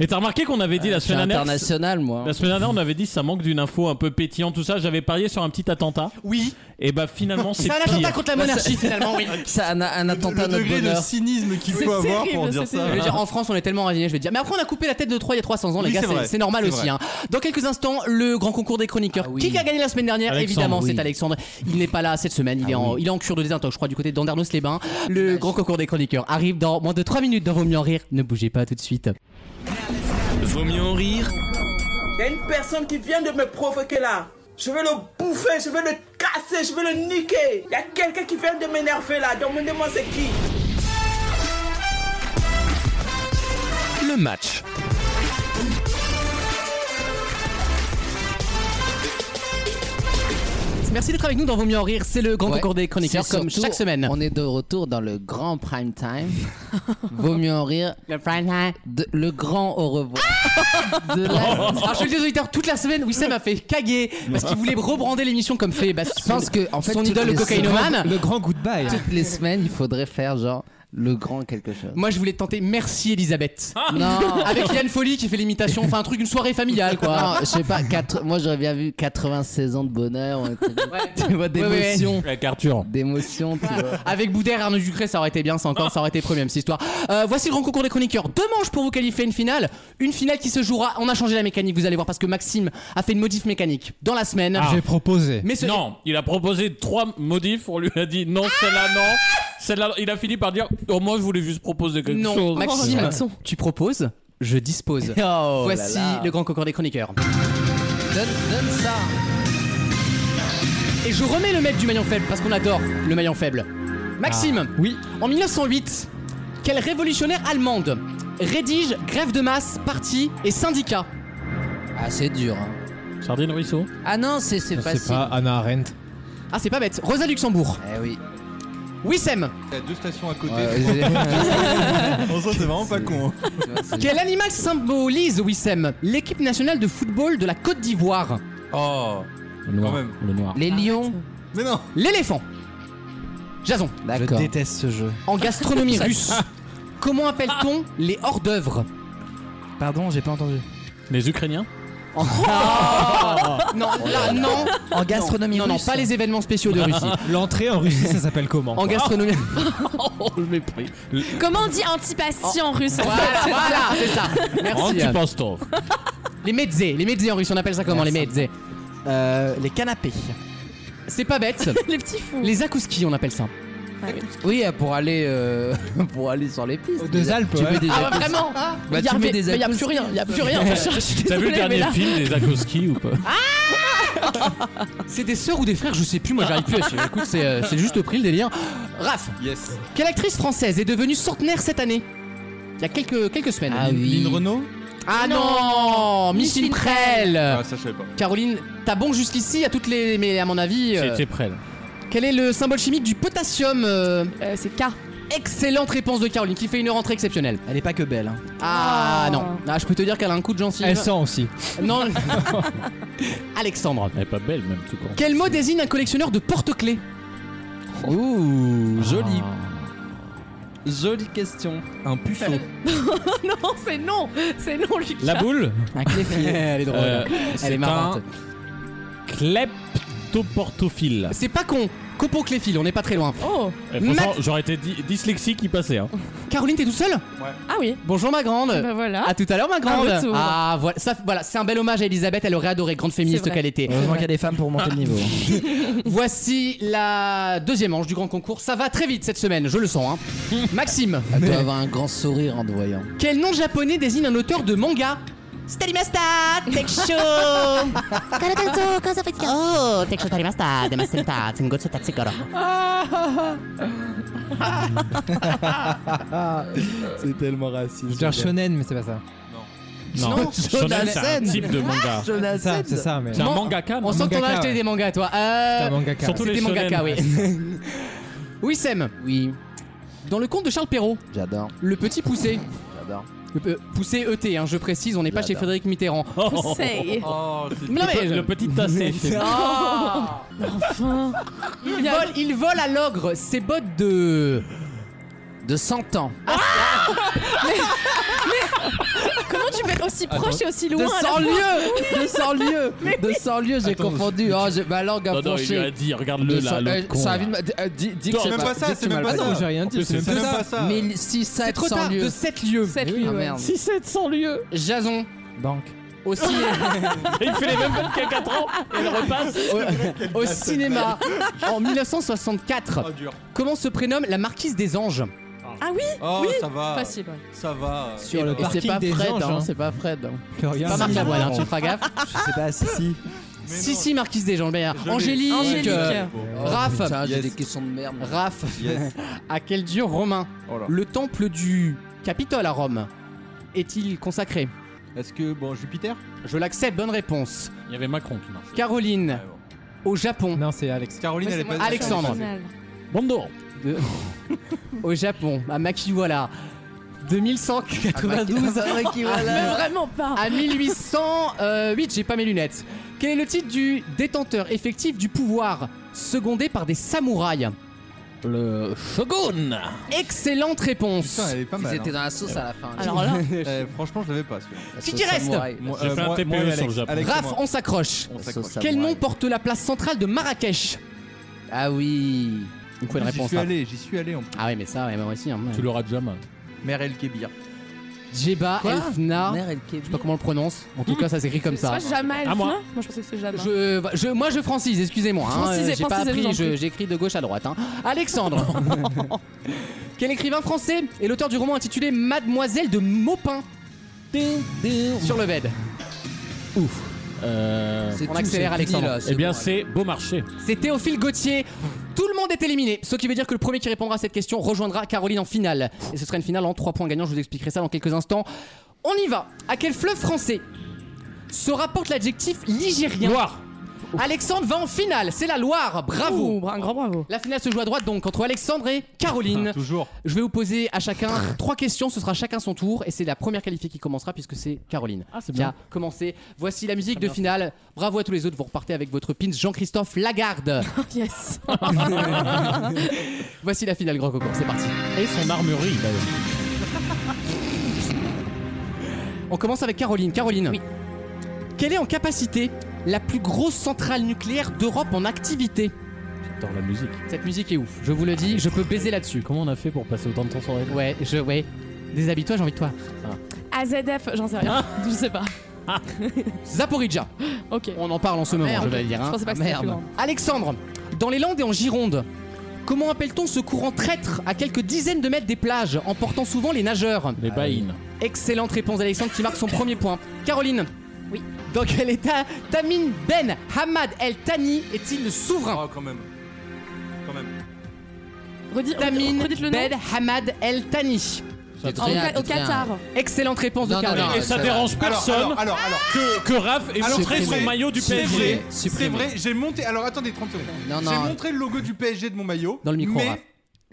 [SPEAKER 6] Et t'as remarqué qu'on avait dit
[SPEAKER 2] Euh,
[SPEAKER 6] la
[SPEAKER 7] Je suis
[SPEAKER 6] semaine dernière.
[SPEAKER 7] international moi.
[SPEAKER 6] La semaine dernière, on avait dit ça manque d'une info un peu pétillante, tout ça. J'avais parié sur un petit attentat.
[SPEAKER 2] Oui.
[SPEAKER 6] Et bah finalement, c'est
[SPEAKER 2] C'est un attentat
[SPEAKER 6] pire.
[SPEAKER 2] contre la monarchie, finalement, oui.
[SPEAKER 7] Bah, Ça un, un
[SPEAKER 10] Le
[SPEAKER 7] attentat à notre
[SPEAKER 10] degré de
[SPEAKER 7] bonheur.
[SPEAKER 10] cynisme qu'il
[SPEAKER 5] C'est
[SPEAKER 10] faut avoir pour
[SPEAKER 5] terrible,
[SPEAKER 10] dire
[SPEAKER 5] c'est
[SPEAKER 10] ça.
[SPEAKER 2] Je veux dire, en France, on est tellement raisonné, je vais te dire. Mais après, on a coupé la tête de 3 il y a 300 ans, les
[SPEAKER 10] Oui,
[SPEAKER 2] gars,
[SPEAKER 10] c'est
[SPEAKER 2] c'est-
[SPEAKER 10] vrai.
[SPEAKER 2] c'est normal
[SPEAKER 10] C'est
[SPEAKER 2] aussi.
[SPEAKER 10] vrai.
[SPEAKER 2] hein. Dans quelques instants, le grand concours des chroniqueurs.
[SPEAKER 7] Ah oui.
[SPEAKER 2] Qui a gagné la semaine dernière
[SPEAKER 6] Alexandre,
[SPEAKER 2] Évidemment,
[SPEAKER 7] oui. Ah
[SPEAKER 2] c'est Alexandre. Il n'est pas là cette semaine, il, est en, il est en cure de désintox, je crois, du côté d'Andernos-les-Bains. Le grand concours des chroniqueurs arrive dans moins de 3 minutes dans Vos mieux en rire. Ne bougez pas tout de suite.
[SPEAKER 1] Vaut mieux en rire
[SPEAKER 11] Il y a une personne qui vient de me provoquer là. Je vais le bouffer, je vais le casser, je vais le niquer. Il y a quelqu'un qui vient de m'énerver là. Demandez-moi c'est qui.
[SPEAKER 1] le match.
[SPEAKER 2] Merci d'être avec nous dans Vos mieux en rire. C'est le grand
[SPEAKER 7] Ouais.
[SPEAKER 2] concours des chroniqueurs,
[SPEAKER 7] C'est
[SPEAKER 2] comme
[SPEAKER 7] surtout,
[SPEAKER 2] chaque semaine.
[SPEAKER 7] On est de retour dans le grand prime time. Vaut mieux en rire.
[SPEAKER 2] Le prime time.
[SPEAKER 7] De- le grand au revoir. De la-
[SPEAKER 2] Alors, je suis le auditeur toute la semaine, Wissem a fait caguer parce qu'il voulait rebrander l'émission comme fait. Bah,
[SPEAKER 7] Je pense que en fait,
[SPEAKER 2] son
[SPEAKER 7] toutes
[SPEAKER 2] idole, le
[SPEAKER 7] les
[SPEAKER 2] cocaïnomane.
[SPEAKER 4] Le grand goodbye.
[SPEAKER 7] semaines- toutes les semaines, il faudrait faire genre le grand quelque chose.
[SPEAKER 2] Moi, je voulais tenter Merci Elisabeth.
[SPEAKER 7] Non.
[SPEAKER 2] Avec Yann Folly qui fait l'imitation, enfin un truc, une soirée familiale quoi.
[SPEAKER 7] Non, je sais pas, quatre- moi j'aurais bien vu 96 ans de bonheur, ou un truc- tu vois, d'émotion,
[SPEAKER 6] Avec Arthur.
[SPEAKER 7] d'émotion, tu vois.
[SPEAKER 2] Avec Boudère et Arnaud Ducré, ça aurait été bien, ça encore, ça aurait été premium cette histoire. Euh, voici le grand concours des chroniqueurs. Deux manches pour vous qualifier à une finale. Une finale qui se jouera. On a changé la mécanique, vous allez voir, parce que Maxime a fait une modif mécanique dans la semaine.
[SPEAKER 4] J'ai proposé.
[SPEAKER 2] Ah. Mais ce...
[SPEAKER 6] Non, il a proposé trois modifs. On lui a dit non, celle-là, non. Celle-là, il a fini par dire oh, moi, je voulais juste proposer quelque
[SPEAKER 2] Non,
[SPEAKER 6] chose.
[SPEAKER 2] Maxime, tu proposes, je dispose.
[SPEAKER 7] Oh là
[SPEAKER 2] voici
[SPEAKER 7] là.
[SPEAKER 2] le grand concours des chroniqueurs.
[SPEAKER 7] Donne, donne ça.
[SPEAKER 2] Et je remets le maître du maillon faible parce qu'on adore le maillon faible. Maxime,
[SPEAKER 4] Oui.
[SPEAKER 2] en 1908, quelle révolutionnaire allemande rédige grève de masse, parti et syndicat
[SPEAKER 7] Ah, c'est dur. hein.
[SPEAKER 6] Sardine Ruisseau.
[SPEAKER 7] Ah non, c'est c'est
[SPEAKER 4] Je sais
[SPEAKER 7] facile.
[SPEAKER 4] pas, Anna Arendt.
[SPEAKER 2] Ah, c'est pas bête. Rosa Luxembourg.
[SPEAKER 7] Eh oui.
[SPEAKER 2] Wissem,
[SPEAKER 10] T'as deux stations à côté.
[SPEAKER 7] Ouais, j'ai-
[SPEAKER 10] On sent c'est vraiment pas con. hein.
[SPEAKER 7] tu vois, c'est-
[SPEAKER 2] quel animal symbolise Wissem L'équipe nationale de football de la Côte d'Ivoire.
[SPEAKER 10] Oh.
[SPEAKER 6] Le noir.
[SPEAKER 10] Quand même.
[SPEAKER 6] Le noir.
[SPEAKER 7] Les lions.
[SPEAKER 10] Mais non.
[SPEAKER 2] L'éléphant. Jason,
[SPEAKER 8] Je
[SPEAKER 7] D'accord.
[SPEAKER 8] déteste ce jeu.
[SPEAKER 2] en gastronomie russe, comment
[SPEAKER 5] Ah.
[SPEAKER 2] appelle-t-on les hors-d'œuvre
[SPEAKER 8] Pardon, j'ai pas entendu.
[SPEAKER 6] Les Ukrainiens.
[SPEAKER 2] Oh Non, là, non.
[SPEAKER 8] En gastronomie
[SPEAKER 2] Non, non,
[SPEAKER 8] russe.
[SPEAKER 2] pas les événements spéciaux de Russie.
[SPEAKER 4] L'entrée en Russie, ça s'appelle comment
[SPEAKER 2] En gastronomie. Oh,
[SPEAKER 6] le mépris.
[SPEAKER 5] Comment on dit antipasti en russe en
[SPEAKER 2] Voilà,
[SPEAKER 5] fait, Ah, c'est
[SPEAKER 2] voilà,
[SPEAKER 5] ça Oh,
[SPEAKER 2] c'est ça. Merci.
[SPEAKER 6] Antipostov.
[SPEAKER 2] Les mezzés, les mezzés en russe, on appelle ça comment les mezzés
[SPEAKER 8] Euh, Les canapés.
[SPEAKER 2] C'est pas bête.
[SPEAKER 5] Les petits fous.
[SPEAKER 2] les akuski, on appelle ça.
[SPEAKER 7] Oui, pour aller, euh, pour aller sur les pistes.
[SPEAKER 4] Deux
[SPEAKER 7] déjà.
[SPEAKER 4] Alpes,
[SPEAKER 7] Tu
[SPEAKER 4] ouais.
[SPEAKER 7] mets des
[SPEAKER 5] Ah bah
[SPEAKER 7] jacuzzis.
[SPEAKER 5] vraiment
[SPEAKER 7] Bah,
[SPEAKER 5] Il y a
[SPEAKER 7] tu mets
[SPEAKER 5] mais-
[SPEAKER 7] des
[SPEAKER 5] mais il y a plus
[SPEAKER 7] jacuzzis.
[SPEAKER 5] rien, il y a plus rien. je suis
[SPEAKER 6] T'as vu le
[SPEAKER 5] désolée, mais
[SPEAKER 6] dernier
[SPEAKER 5] là-
[SPEAKER 6] film des Akowski ou pas
[SPEAKER 2] Ah, euh. C'est des sœurs ou des frères, je sais plus, moi j'arrive plus à suivre. Écoute, c'est euh, c'est juste pris le délire. Raph,
[SPEAKER 10] Yes.
[SPEAKER 2] quelle actrice française est devenue centenaire cette année Il y a quelques, quelques semaines.
[SPEAKER 7] Ah oui.
[SPEAKER 10] Lynn Renault
[SPEAKER 2] Ah non, Micheline
[SPEAKER 5] Micheline
[SPEAKER 2] Prel
[SPEAKER 10] Ah, ça, je savais pas.
[SPEAKER 2] Caroline, t'as bon jusqu'ici à toutes les. Mais à mon avis. euh,
[SPEAKER 6] J'étais prêt là.
[SPEAKER 2] quel est le symbole chimique du potassium euh,
[SPEAKER 5] Euh, C'est K.
[SPEAKER 2] Excellente réponse de Caroline qui fait une rentrée exceptionnelle.
[SPEAKER 8] Elle est pas que belle. hein.
[SPEAKER 2] Ah
[SPEAKER 5] Oh.
[SPEAKER 2] non, Ah, je peux te dire qu'elle a un coup de gencive.
[SPEAKER 4] Elle sent aussi.
[SPEAKER 2] Non. Alexandre.
[SPEAKER 6] Elle est pas belle même tout court.
[SPEAKER 2] Quel mot désigne un collectionneur de porte-clés
[SPEAKER 7] Ouh, joli.
[SPEAKER 4] Jolie question.
[SPEAKER 10] Un puceau.
[SPEAKER 5] Oh Non, c'est non C'est non, Lucas
[SPEAKER 6] La boule
[SPEAKER 8] Un cléphile.
[SPEAKER 2] Elle est drôle.
[SPEAKER 6] Euh,
[SPEAKER 2] Elle est
[SPEAKER 6] C'est
[SPEAKER 2] marrante.
[SPEAKER 6] un kleptoportophile.
[SPEAKER 2] C'est pas con. Copocléphile, on n'est pas très loin.
[SPEAKER 5] Oh
[SPEAKER 6] Eh, franchement,
[SPEAKER 2] Math-
[SPEAKER 6] j'aurais été dyslexique dyslexique, il passait. Hein.
[SPEAKER 2] Caroline, t'es tout seul
[SPEAKER 5] Ah oui
[SPEAKER 2] Bonjour ma grande.
[SPEAKER 5] Bah voilà
[SPEAKER 2] À tout à l'heure, ma grande.
[SPEAKER 5] Un retour.
[SPEAKER 2] Ah, voilà, ça, voilà, c'est un bel hommage à Elisabeth. Elle aurait adoré, grande féministe
[SPEAKER 5] C'est vrai.
[SPEAKER 2] qu'elle était.
[SPEAKER 8] Heureusement qu'il y a des femmes pour monter le niveau.
[SPEAKER 4] Ah,
[SPEAKER 2] Voici la deuxième manche du grand concours. Ça va très vite cette semaine, je le sens. hein. Maxime,
[SPEAKER 7] Elle doit avoir un grand sourire en te voyant.
[SPEAKER 2] quel nom japonais désigne un auteur de manga Starimasta, Teksho Oh, Teksho Tarimasta, Demasenta, Tsengotsu Tatsigoro.
[SPEAKER 10] C'est tellement raciste.
[SPEAKER 4] Je veux dire shonen, mais c'est pas ça.
[SPEAKER 2] Non,
[SPEAKER 6] Shonen, c'est un
[SPEAKER 7] Shonen.
[SPEAKER 6] type de manga.
[SPEAKER 4] Ça, c'est ça, mais.
[SPEAKER 6] C'est un
[SPEAKER 2] Mon-
[SPEAKER 6] mangaka.
[SPEAKER 2] On sent que t'en as
[SPEAKER 4] mangaka,
[SPEAKER 2] acheté
[SPEAKER 4] ouais.
[SPEAKER 2] des mangas, toi. Euh,
[SPEAKER 4] C'est un mangaka.
[SPEAKER 6] Surtout
[SPEAKER 2] c'est
[SPEAKER 6] les
[SPEAKER 2] des mangakas, oui.
[SPEAKER 6] shonen.
[SPEAKER 2] oui, Sam.
[SPEAKER 7] Oui,
[SPEAKER 2] Dans le conte de Charles Perrault,
[SPEAKER 7] j'adore,
[SPEAKER 2] le petit poussé.
[SPEAKER 7] j'adore.
[SPEAKER 2] Le pe- poussé ET, hein, je précise, on n'est pas chez
[SPEAKER 7] J'adore.
[SPEAKER 2] Frédéric Mitterrand.
[SPEAKER 5] Conseil
[SPEAKER 10] Oh, c'est-
[SPEAKER 2] Mais non, mais-
[SPEAKER 6] Le petit tassé.
[SPEAKER 2] Ah il, vole, il vole à l'ogre ses bottes de.
[SPEAKER 7] De 100 ans.
[SPEAKER 2] Ah
[SPEAKER 5] Comment tu peux être aussi proche et aussi loin
[SPEAKER 7] de
[SPEAKER 5] à la
[SPEAKER 7] 100
[SPEAKER 5] fois
[SPEAKER 7] lieux De 100 lieux De 100 lieux, j'ai confondu. Oh, j'ai ma langue a
[SPEAKER 6] Non, non, il lui a
[SPEAKER 7] penché.
[SPEAKER 6] dit,
[SPEAKER 7] De
[SPEAKER 6] regarde-le là.
[SPEAKER 7] 100
[SPEAKER 6] le
[SPEAKER 7] euh,
[SPEAKER 6] con,
[SPEAKER 7] ça
[SPEAKER 6] là.
[SPEAKER 7] a vu de ma- euh, dis- dis que
[SPEAKER 6] Non,
[SPEAKER 7] c'est
[SPEAKER 10] même
[SPEAKER 7] pas-
[SPEAKER 10] pas ça,
[SPEAKER 7] dis que
[SPEAKER 10] c'est
[SPEAKER 7] tu
[SPEAKER 10] même
[SPEAKER 7] m'as
[SPEAKER 10] pas
[SPEAKER 7] le
[SPEAKER 10] ça.
[SPEAKER 4] Ah Non, j'ai rien dit.
[SPEAKER 10] C'est
[SPEAKER 4] c'est-
[SPEAKER 10] même pas ça.
[SPEAKER 7] 1600
[SPEAKER 2] C'est trop tard,
[SPEAKER 7] lieux.
[SPEAKER 2] de 7 lieux.
[SPEAKER 5] Sept
[SPEAKER 7] Ah
[SPEAKER 5] lieux.
[SPEAKER 7] merde.
[SPEAKER 2] 700 lieux. Jason,
[SPEAKER 8] Banque.
[SPEAKER 2] au, ciné-
[SPEAKER 6] Il fait les mêmes vannes qu'à 4 ans et il repasse.
[SPEAKER 2] au- au cinéma, en 1964,
[SPEAKER 10] Oh, dur.
[SPEAKER 2] comment se prénomme la marquise des anges
[SPEAKER 5] Ah oui
[SPEAKER 10] Oh,
[SPEAKER 5] Oui,
[SPEAKER 10] ça va.
[SPEAKER 5] Facile. ouais.
[SPEAKER 10] Ça va.
[SPEAKER 4] Sur le
[SPEAKER 2] Et c'est
[SPEAKER 4] parking
[SPEAKER 2] pas
[SPEAKER 4] des
[SPEAKER 2] Fred,
[SPEAKER 4] anges,
[SPEAKER 2] hein,
[SPEAKER 4] hein.
[SPEAKER 2] c'est pas Fred. hein.
[SPEAKER 4] Florian,
[SPEAKER 2] C'est pas Marc
[SPEAKER 4] c'est
[SPEAKER 2] Lavoine, hein,
[SPEAKER 4] marrant.
[SPEAKER 2] tu feras gaffe.
[SPEAKER 8] Je sais pas, si si.
[SPEAKER 10] Mais
[SPEAKER 2] Si,
[SPEAKER 10] non.
[SPEAKER 2] si, marquise des anges. mais, euh,
[SPEAKER 10] Je l'ai.
[SPEAKER 2] Angélique.
[SPEAKER 5] Angélique.
[SPEAKER 2] euh,
[SPEAKER 4] Oh,
[SPEAKER 2] Raph.
[SPEAKER 7] Putain, j'ai
[SPEAKER 10] Yes.
[SPEAKER 7] des questions de merde.
[SPEAKER 2] Raph,
[SPEAKER 10] Yes.
[SPEAKER 2] à quel dieu romain
[SPEAKER 10] Oh là.
[SPEAKER 2] le temple du Capitole à Rome est-il consacré
[SPEAKER 10] Est-ce que, bon, Jupiter
[SPEAKER 2] Je l'accepte, bonne réponse.
[SPEAKER 6] Il y avait Macron qui marchait. Ah,
[SPEAKER 2] Caroline,
[SPEAKER 10] Ouais, bon.
[SPEAKER 2] au Japon.
[SPEAKER 4] Non, c'est Alex.
[SPEAKER 10] Caroline, elle est pas
[SPEAKER 2] Alexandre.
[SPEAKER 6] Bondo.
[SPEAKER 2] Au Japon, à Makiwala. De 1192
[SPEAKER 5] Mais Euh, vraiment pas
[SPEAKER 2] à 1808, j'ai pas mes lunettes. Quel est le titre du détenteur effectif du pouvoir, secondé par des samouraïs
[SPEAKER 6] Le Shogun.
[SPEAKER 2] Excellente réponse.
[SPEAKER 10] Putain, elle est pas
[SPEAKER 7] Ils
[SPEAKER 10] mal.
[SPEAKER 7] étaient dans la sauce à la fin.
[SPEAKER 5] Alors là,
[SPEAKER 10] hein. Eh, franchement, je l'avais pas. celui-là.
[SPEAKER 7] La
[SPEAKER 2] Qui
[SPEAKER 7] sauce
[SPEAKER 2] qui reste
[SPEAKER 7] samouraï.
[SPEAKER 10] Moi, euh,
[SPEAKER 6] J'ai fait un
[SPEAKER 10] moi-
[SPEAKER 6] TPE
[SPEAKER 10] moi et
[SPEAKER 6] sur le
[SPEAKER 10] Alex-
[SPEAKER 6] Japon.
[SPEAKER 10] Alex et
[SPEAKER 2] Raph,
[SPEAKER 10] moi.
[SPEAKER 2] on s'accroche.
[SPEAKER 10] On
[SPEAKER 7] La
[SPEAKER 10] s'accroche.
[SPEAKER 7] sauce samouraï.
[SPEAKER 2] Quel nom porte la place centrale de Marrakech
[SPEAKER 7] Ah oui.
[SPEAKER 2] Il faut une
[SPEAKER 10] J'y
[SPEAKER 2] réponse.
[SPEAKER 10] suis
[SPEAKER 2] hein.
[SPEAKER 10] allé, j'y suis allé en plus.
[SPEAKER 2] Ah ouais, mais ça, ouais, moi aussi. hein.
[SPEAKER 6] Tu l'auras déjà mal.
[SPEAKER 10] Mère El Kébir.
[SPEAKER 2] Jeba
[SPEAKER 7] Quoi
[SPEAKER 2] Elfna.
[SPEAKER 7] Mère et le
[SPEAKER 2] Je sais pas comment on le prononce. En tout cas, ça s'écrit comme
[SPEAKER 5] c'est
[SPEAKER 2] ça.
[SPEAKER 5] pas Jamal.
[SPEAKER 6] À moi.
[SPEAKER 5] non Moi, je pensais que c'est Jamal.
[SPEAKER 2] Je, je- moi, je francise, excusez-moi. hein,
[SPEAKER 5] Francisez,
[SPEAKER 2] euh, J'ai pas
[SPEAKER 5] francisez, je vous en
[SPEAKER 2] appris, je-
[SPEAKER 5] prie.
[SPEAKER 2] j'écris de gauche à droite. hein. Alexandre Quel écrivain français est l'auteur du roman intitulé Mademoiselle de Maupin sur le VED
[SPEAKER 6] Euh,
[SPEAKER 7] C'est
[SPEAKER 2] On
[SPEAKER 7] tout,
[SPEAKER 2] accélère,
[SPEAKER 7] c'est fini,
[SPEAKER 2] Alexandre.
[SPEAKER 7] là,
[SPEAKER 6] Eh bien,
[SPEAKER 7] bon,
[SPEAKER 6] c'est Beaumarchais.
[SPEAKER 2] C'est Théophile Gauthier. Tout le monde est éliminé, ce qui veut dire que le premier qui répondra à cette question rejoindra Caroline en finale. Et ce sera une finale en 3 points gagnants, je vous expliquerai ça dans quelques instants. On y va. À quel fleuve français se rapporte l'adjectif ligérien
[SPEAKER 6] Loire.
[SPEAKER 2] Alexandre va en finale, c'est la Loire, bravo
[SPEAKER 5] Ouh, bra- un grand bravo.
[SPEAKER 2] La finale se joue à droite donc entre Alexandre et Caroline.
[SPEAKER 10] Toujours.
[SPEAKER 2] Je vais vous poser à chacun trois questions, ce sera chacun son tour et c'est la première qualifiée qui commencera puisque c'est Caroline
[SPEAKER 6] Ah, c'est
[SPEAKER 2] qui a commencé. Voici la musique de finale. Bravo à tous les autres, vous repartez avec votre pins Jean-Christophe Lagarde.
[SPEAKER 5] Yes.
[SPEAKER 2] Voici la finale grand concours, c'est parti.
[SPEAKER 6] Et son armurerie, d'ailleurs.
[SPEAKER 2] On commence avec Caroline. Caroline. Quelle est en capacité la plus grosse centrale nucléaire d'Europe en activité.
[SPEAKER 6] J'adore la musique.
[SPEAKER 2] Cette musique est ouf, je vous le dis, je peux baiser là-dessus.
[SPEAKER 6] Comment on a fait pour passer autant de temps sur elle
[SPEAKER 2] Ouais, je, ouais. Déshabille-toi, j'ai envie de toi.
[SPEAKER 5] AZF, j'en sais rien. Ah, je sais pas.
[SPEAKER 2] Zaporizhia.
[SPEAKER 5] Ok.
[SPEAKER 2] On en parle en ce moment,
[SPEAKER 5] merde.
[SPEAKER 2] je vais le dire. hein.
[SPEAKER 5] Je pensais pas
[SPEAKER 2] Ah,
[SPEAKER 5] que c'était
[SPEAKER 2] merde.
[SPEAKER 5] plus grand.
[SPEAKER 2] Alexandre, dans les Landes et en Gironde, comment appelle-t-on ce courant traître à quelques dizaines de mètres des plages, emportant souvent les nageurs
[SPEAKER 6] Les baïnes.
[SPEAKER 2] Excellente réponse d'Alexandre qui marque son premier point. Caroline.
[SPEAKER 5] Oui.
[SPEAKER 2] Dans quel état Tamim Ben Hamad El Thani est-il le souverain
[SPEAKER 10] Oh, quand même. Quand même.
[SPEAKER 5] Redis,
[SPEAKER 2] Tamim
[SPEAKER 5] redites le nom.
[SPEAKER 2] Ben Hamad El Thani.
[SPEAKER 5] Au, Ca- au Qatar.
[SPEAKER 2] Excellente réponse de
[SPEAKER 7] Non, non,
[SPEAKER 2] Caroline.
[SPEAKER 7] non,
[SPEAKER 6] Et ça
[SPEAKER 7] c'est
[SPEAKER 6] dérange
[SPEAKER 10] Alors,
[SPEAKER 6] personne
[SPEAKER 10] alors, alors, alors,
[SPEAKER 6] que, que Raph ait
[SPEAKER 10] Alors,
[SPEAKER 6] montré son
[SPEAKER 10] supprimé.
[SPEAKER 6] maillot du
[SPEAKER 10] C'est vrai,
[SPEAKER 6] PSG.
[SPEAKER 10] c'est
[SPEAKER 7] Supprimé.
[SPEAKER 10] vrai. J'ai monté. Alors attendez 30 secondes.
[SPEAKER 7] Non,
[SPEAKER 10] J'ai
[SPEAKER 7] non.
[SPEAKER 10] montré le logo du PSG de mon maillot.
[SPEAKER 2] Dans le micro,
[SPEAKER 10] mais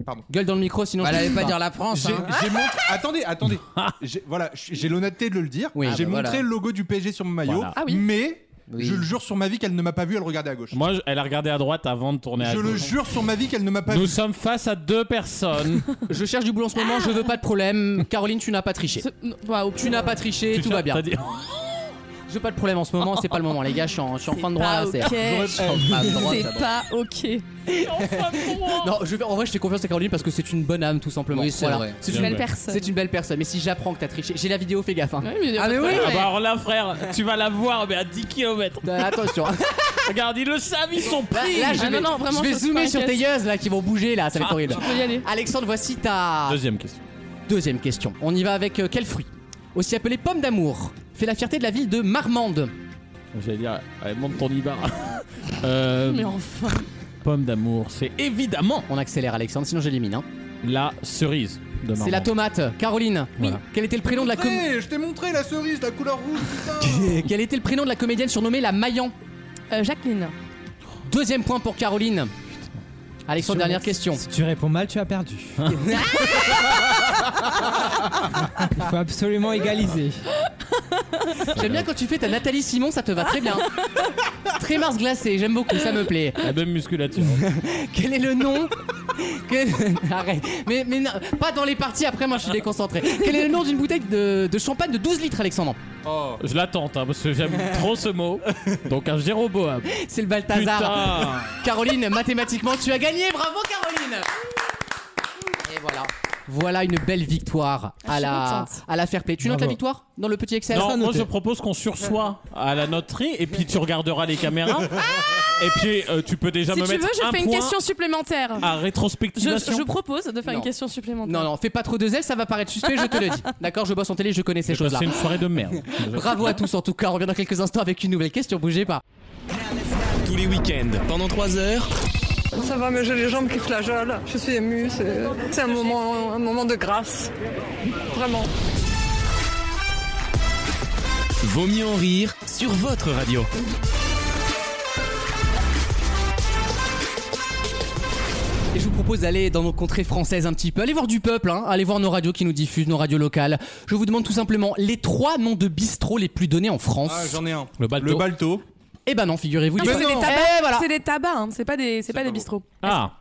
[SPEAKER 2] Raph. Gueule dans le micro, sinon
[SPEAKER 7] Bah,
[SPEAKER 2] je te
[SPEAKER 7] elle allait
[SPEAKER 2] dis
[SPEAKER 7] pas dire la France.
[SPEAKER 10] J'ai
[SPEAKER 7] hein.
[SPEAKER 10] j'ai montré. Attendez, attendez. J'ai- Voilà, j'ai l'honnêteté de le dire.
[SPEAKER 2] Oui.
[SPEAKER 10] j'ai
[SPEAKER 7] Ah, bah,
[SPEAKER 10] montré
[SPEAKER 7] voilà.
[SPEAKER 10] le logo du PSG sur mon maillot.
[SPEAKER 6] Voilà.
[SPEAKER 5] Ah oui.
[SPEAKER 10] Mais
[SPEAKER 7] Oui.
[SPEAKER 10] je le jure sur ma vie qu'elle ne m'a pas vu. Elle regardait à gauche.
[SPEAKER 6] Moi, je- elle a regardé à droite avant de tourner à
[SPEAKER 10] je le
[SPEAKER 6] gauche.
[SPEAKER 10] jure sur ma vie qu'elle ne m'a pas
[SPEAKER 6] Nous
[SPEAKER 10] vu.
[SPEAKER 6] sommes face à deux personnes.
[SPEAKER 7] hein.
[SPEAKER 2] Je cherche du boulot en ce moment, je veux pas de problème. Caroline, tu n'as pas triché.
[SPEAKER 5] C'est- non, bah, au
[SPEAKER 2] Tu n'as pas triché, tout va bien.
[SPEAKER 6] T'as dit-
[SPEAKER 2] J'ai pas de problème en ce moment, c'est pas le moment, les gars, je suis en, je suis en
[SPEAKER 5] C'est
[SPEAKER 2] fin de
[SPEAKER 5] pas
[SPEAKER 2] droit.
[SPEAKER 5] ok.
[SPEAKER 2] c'est-
[SPEAKER 5] C'est pas ok.
[SPEAKER 2] Non, je vais, en vrai, je fais confiance à Caroline parce que c'est une bonne âme, tout simplement.
[SPEAKER 7] Oui, c'est
[SPEAKER 2] Voilà.
[SPEAKER 7] vrai.
[SPEAKER 2] C'est
[SPEAKER 5] Je
[SPEAKER 2] une,
[SPEAKER 5] belle personne.
[SPEAKER 2] c'est une belle personne, mais si j'apprends que t'as triché, j'ai la vidéo, fais gaffe. hein.
[SPEAKER 5] Ouais, mais-
[SPEAKER 2] Ah, mais oui.
[SPEAKER 6] Ah bah alors là, frère, tu vas la voir, mais à 10 km.
[SPEAKER 2] Euh, attention.
[SPEAKER 6] Regarde, ils le savent, ils sont
[SPEAKER 2] Là,
[SPEAKER 6] pris.
[SPEAKER 2] là, je
[SPEAKER 5] Ah
[SPEAKER 2] vais,
[SPEAKER 5] non, non, vraiment,
[SPEAKER 2] je vais
[SPEAKER 5] ça, Ah. c'est
[SPEAKER 2] zoomer
[SPEAKER 5] pas
[SPEAKER 2] sur tes
[SPEAKER 5] inquiète.
[SPEAKER 2] yeux là qui vont bouger là, ça va être horrible.
[SPEAKER 5] On peut y aller.
[SPEAKER 2] Alexandre, voici ta
[SPEAKER 6] Deuxième question.
[SPEAKER 2] deuxième question. On y va avec euh, quel fruit Aussi appelé pomme d'amour, fait la fierté de la ville de Marmande.
[SPEAKER 6] J'allais dire, allez, monte ton ibar. euh,
[SPEAKER 5] Mais enfin.
[SPEAKER 6] Pomme d'amour, c'est évidemment
[SPEAKER 2] On accélère, Alexandre, sinon j'élimine. hein.
[SPEAKER 6] la cerise de
[SPEAKER 2] C'est
[SPEAKER 6] Normandie.
[SPEAKER 2] la tomate. Caroline,
[SPEAKER 6] Voilà.
[SPEAKER 2] quel était le prénom de la com-
[SPEAKER 10] Hey, je t'ai montré la cerise, la couleur rouge.
[SPEAKER 2] Quel était le prénom de la comédienne surnommée la Maillan
[SPEAKER 5] Euh, Jacqueline.
[SPEAKER 2] Deuxième point pour Caroline. Alexandre, dernière question.
[SPEAKER 4] Si tu réponds mal, tu as perdu. Il faut absolument égaliser.
[SPEAKER 2] J'aime bien quand tu fais ta Nathalie Simon, ça te va très bien. très Mars glacé, j'aime beaucoup, ça me plaît.
[SPEAKER 6] La même musculature.
[SPEAKER 2] Quel est le nom Quel- Arrête. Mais, mais non, pas dans les parties, après moi je suis déconcentré. Quel est le nom d'une bouteille de, de champagne de 12 litres, Alexandre
[SPEAKER 10] Oh.
[SPEAKER 6] Je l'attends, hein, parce que j'aime trop ce mot. Donc un Jéroboam.
[SPEAKER 2] C'est le Balthazar.
[SPEAKER 6] Putain
[SPEAKER 2] Caroline, mathématiquement, tu as gagné. Bravo, Caroline. Et voilà. Voilà une belle victoire à la,
[SPEAKER 5] contente.
[SPEAKER 2] à la fair play. Tu notes
[SPEAKER 4] Bravo.
[SPEAKER 2] la victoire dans le petit Excel
[SPEAKER 6] Non, moi je propose qu'on sursoit à la noterie et puis tu regarderas les caméras. et puis euh, tu peux déjà
[SPEAKER 5] Ah Si
[SPEAKER 6] me
[SPEAKER 5] tu
[SPEAKER 6] mettre
[SPEAKER 5] veux, je
[SPEAKER 6] un
[SPEAKER 5] fais une
[SPEAKER 6] point Ah,
[SPEAKER 5] question supplémentaire.
[SPEAKER 6] à
[SPEAKER 5] Je,
[SPEAKER 6] rétrospectivation.
[SPEAKER 5] je propose de faire
[SPEAKER 2] Non.
[SPEAKER 5] une question supplémentaire.
[SPEAKER 2] Non, non, fais pas trop de zèle, ça va paraître suspect, je te le dis. D'accord, je bosse en télé, je connais ces
[SPEAKER 6] J'ai
[SPEAKER 2] choses-là.
[SPEAKER 6] passé une soirée de merde.
[SPEAKER 2] Bravo à tous en tout cas, on revient dans quelques instants avec une nouvelle question, bougez pas.
[SPEAKER 1] Tous les week-ends, pendant 3 heures.
[SPEAKER 12] Ça va, mais j'ai les jambes qui flageolent. Je suis émue. C'est c'est un moment, un moment de grâce. Vraiment.
[SPEAKER 1] Vaut mieux en rire sur votre radio.
[SPEAKER 2] Et je vous propose d'aller dans nos contrées françaises un petit peu, aller voir du peuple, hein, aller voir nos radios qui nous diffusent, nos radios locales. Je vous demande tout simplement les trois noms de bistrots les plus donnés en France.
[SPEAKER 10] Ah, j'en ai un.
[SPEAKER 6] Le balto.
[SPEAKER 10] Le balto.
[SPEAKER 2] Eh ben non, figurez-vous,
[SPEAKER 5] Non,
[SPEAKER 2] il y a-
[SPEAKER 5] Ah, c'est des
[SPEAKER 10] non.
[SPEAKER 5] tabacs.
[SPEAKER 2] Eh, voilà.
[SPEAKER 5] C'est des tabacs, hein, c'est pas des, c'est pas des bistrots.
[SPEAKER 6] Ah,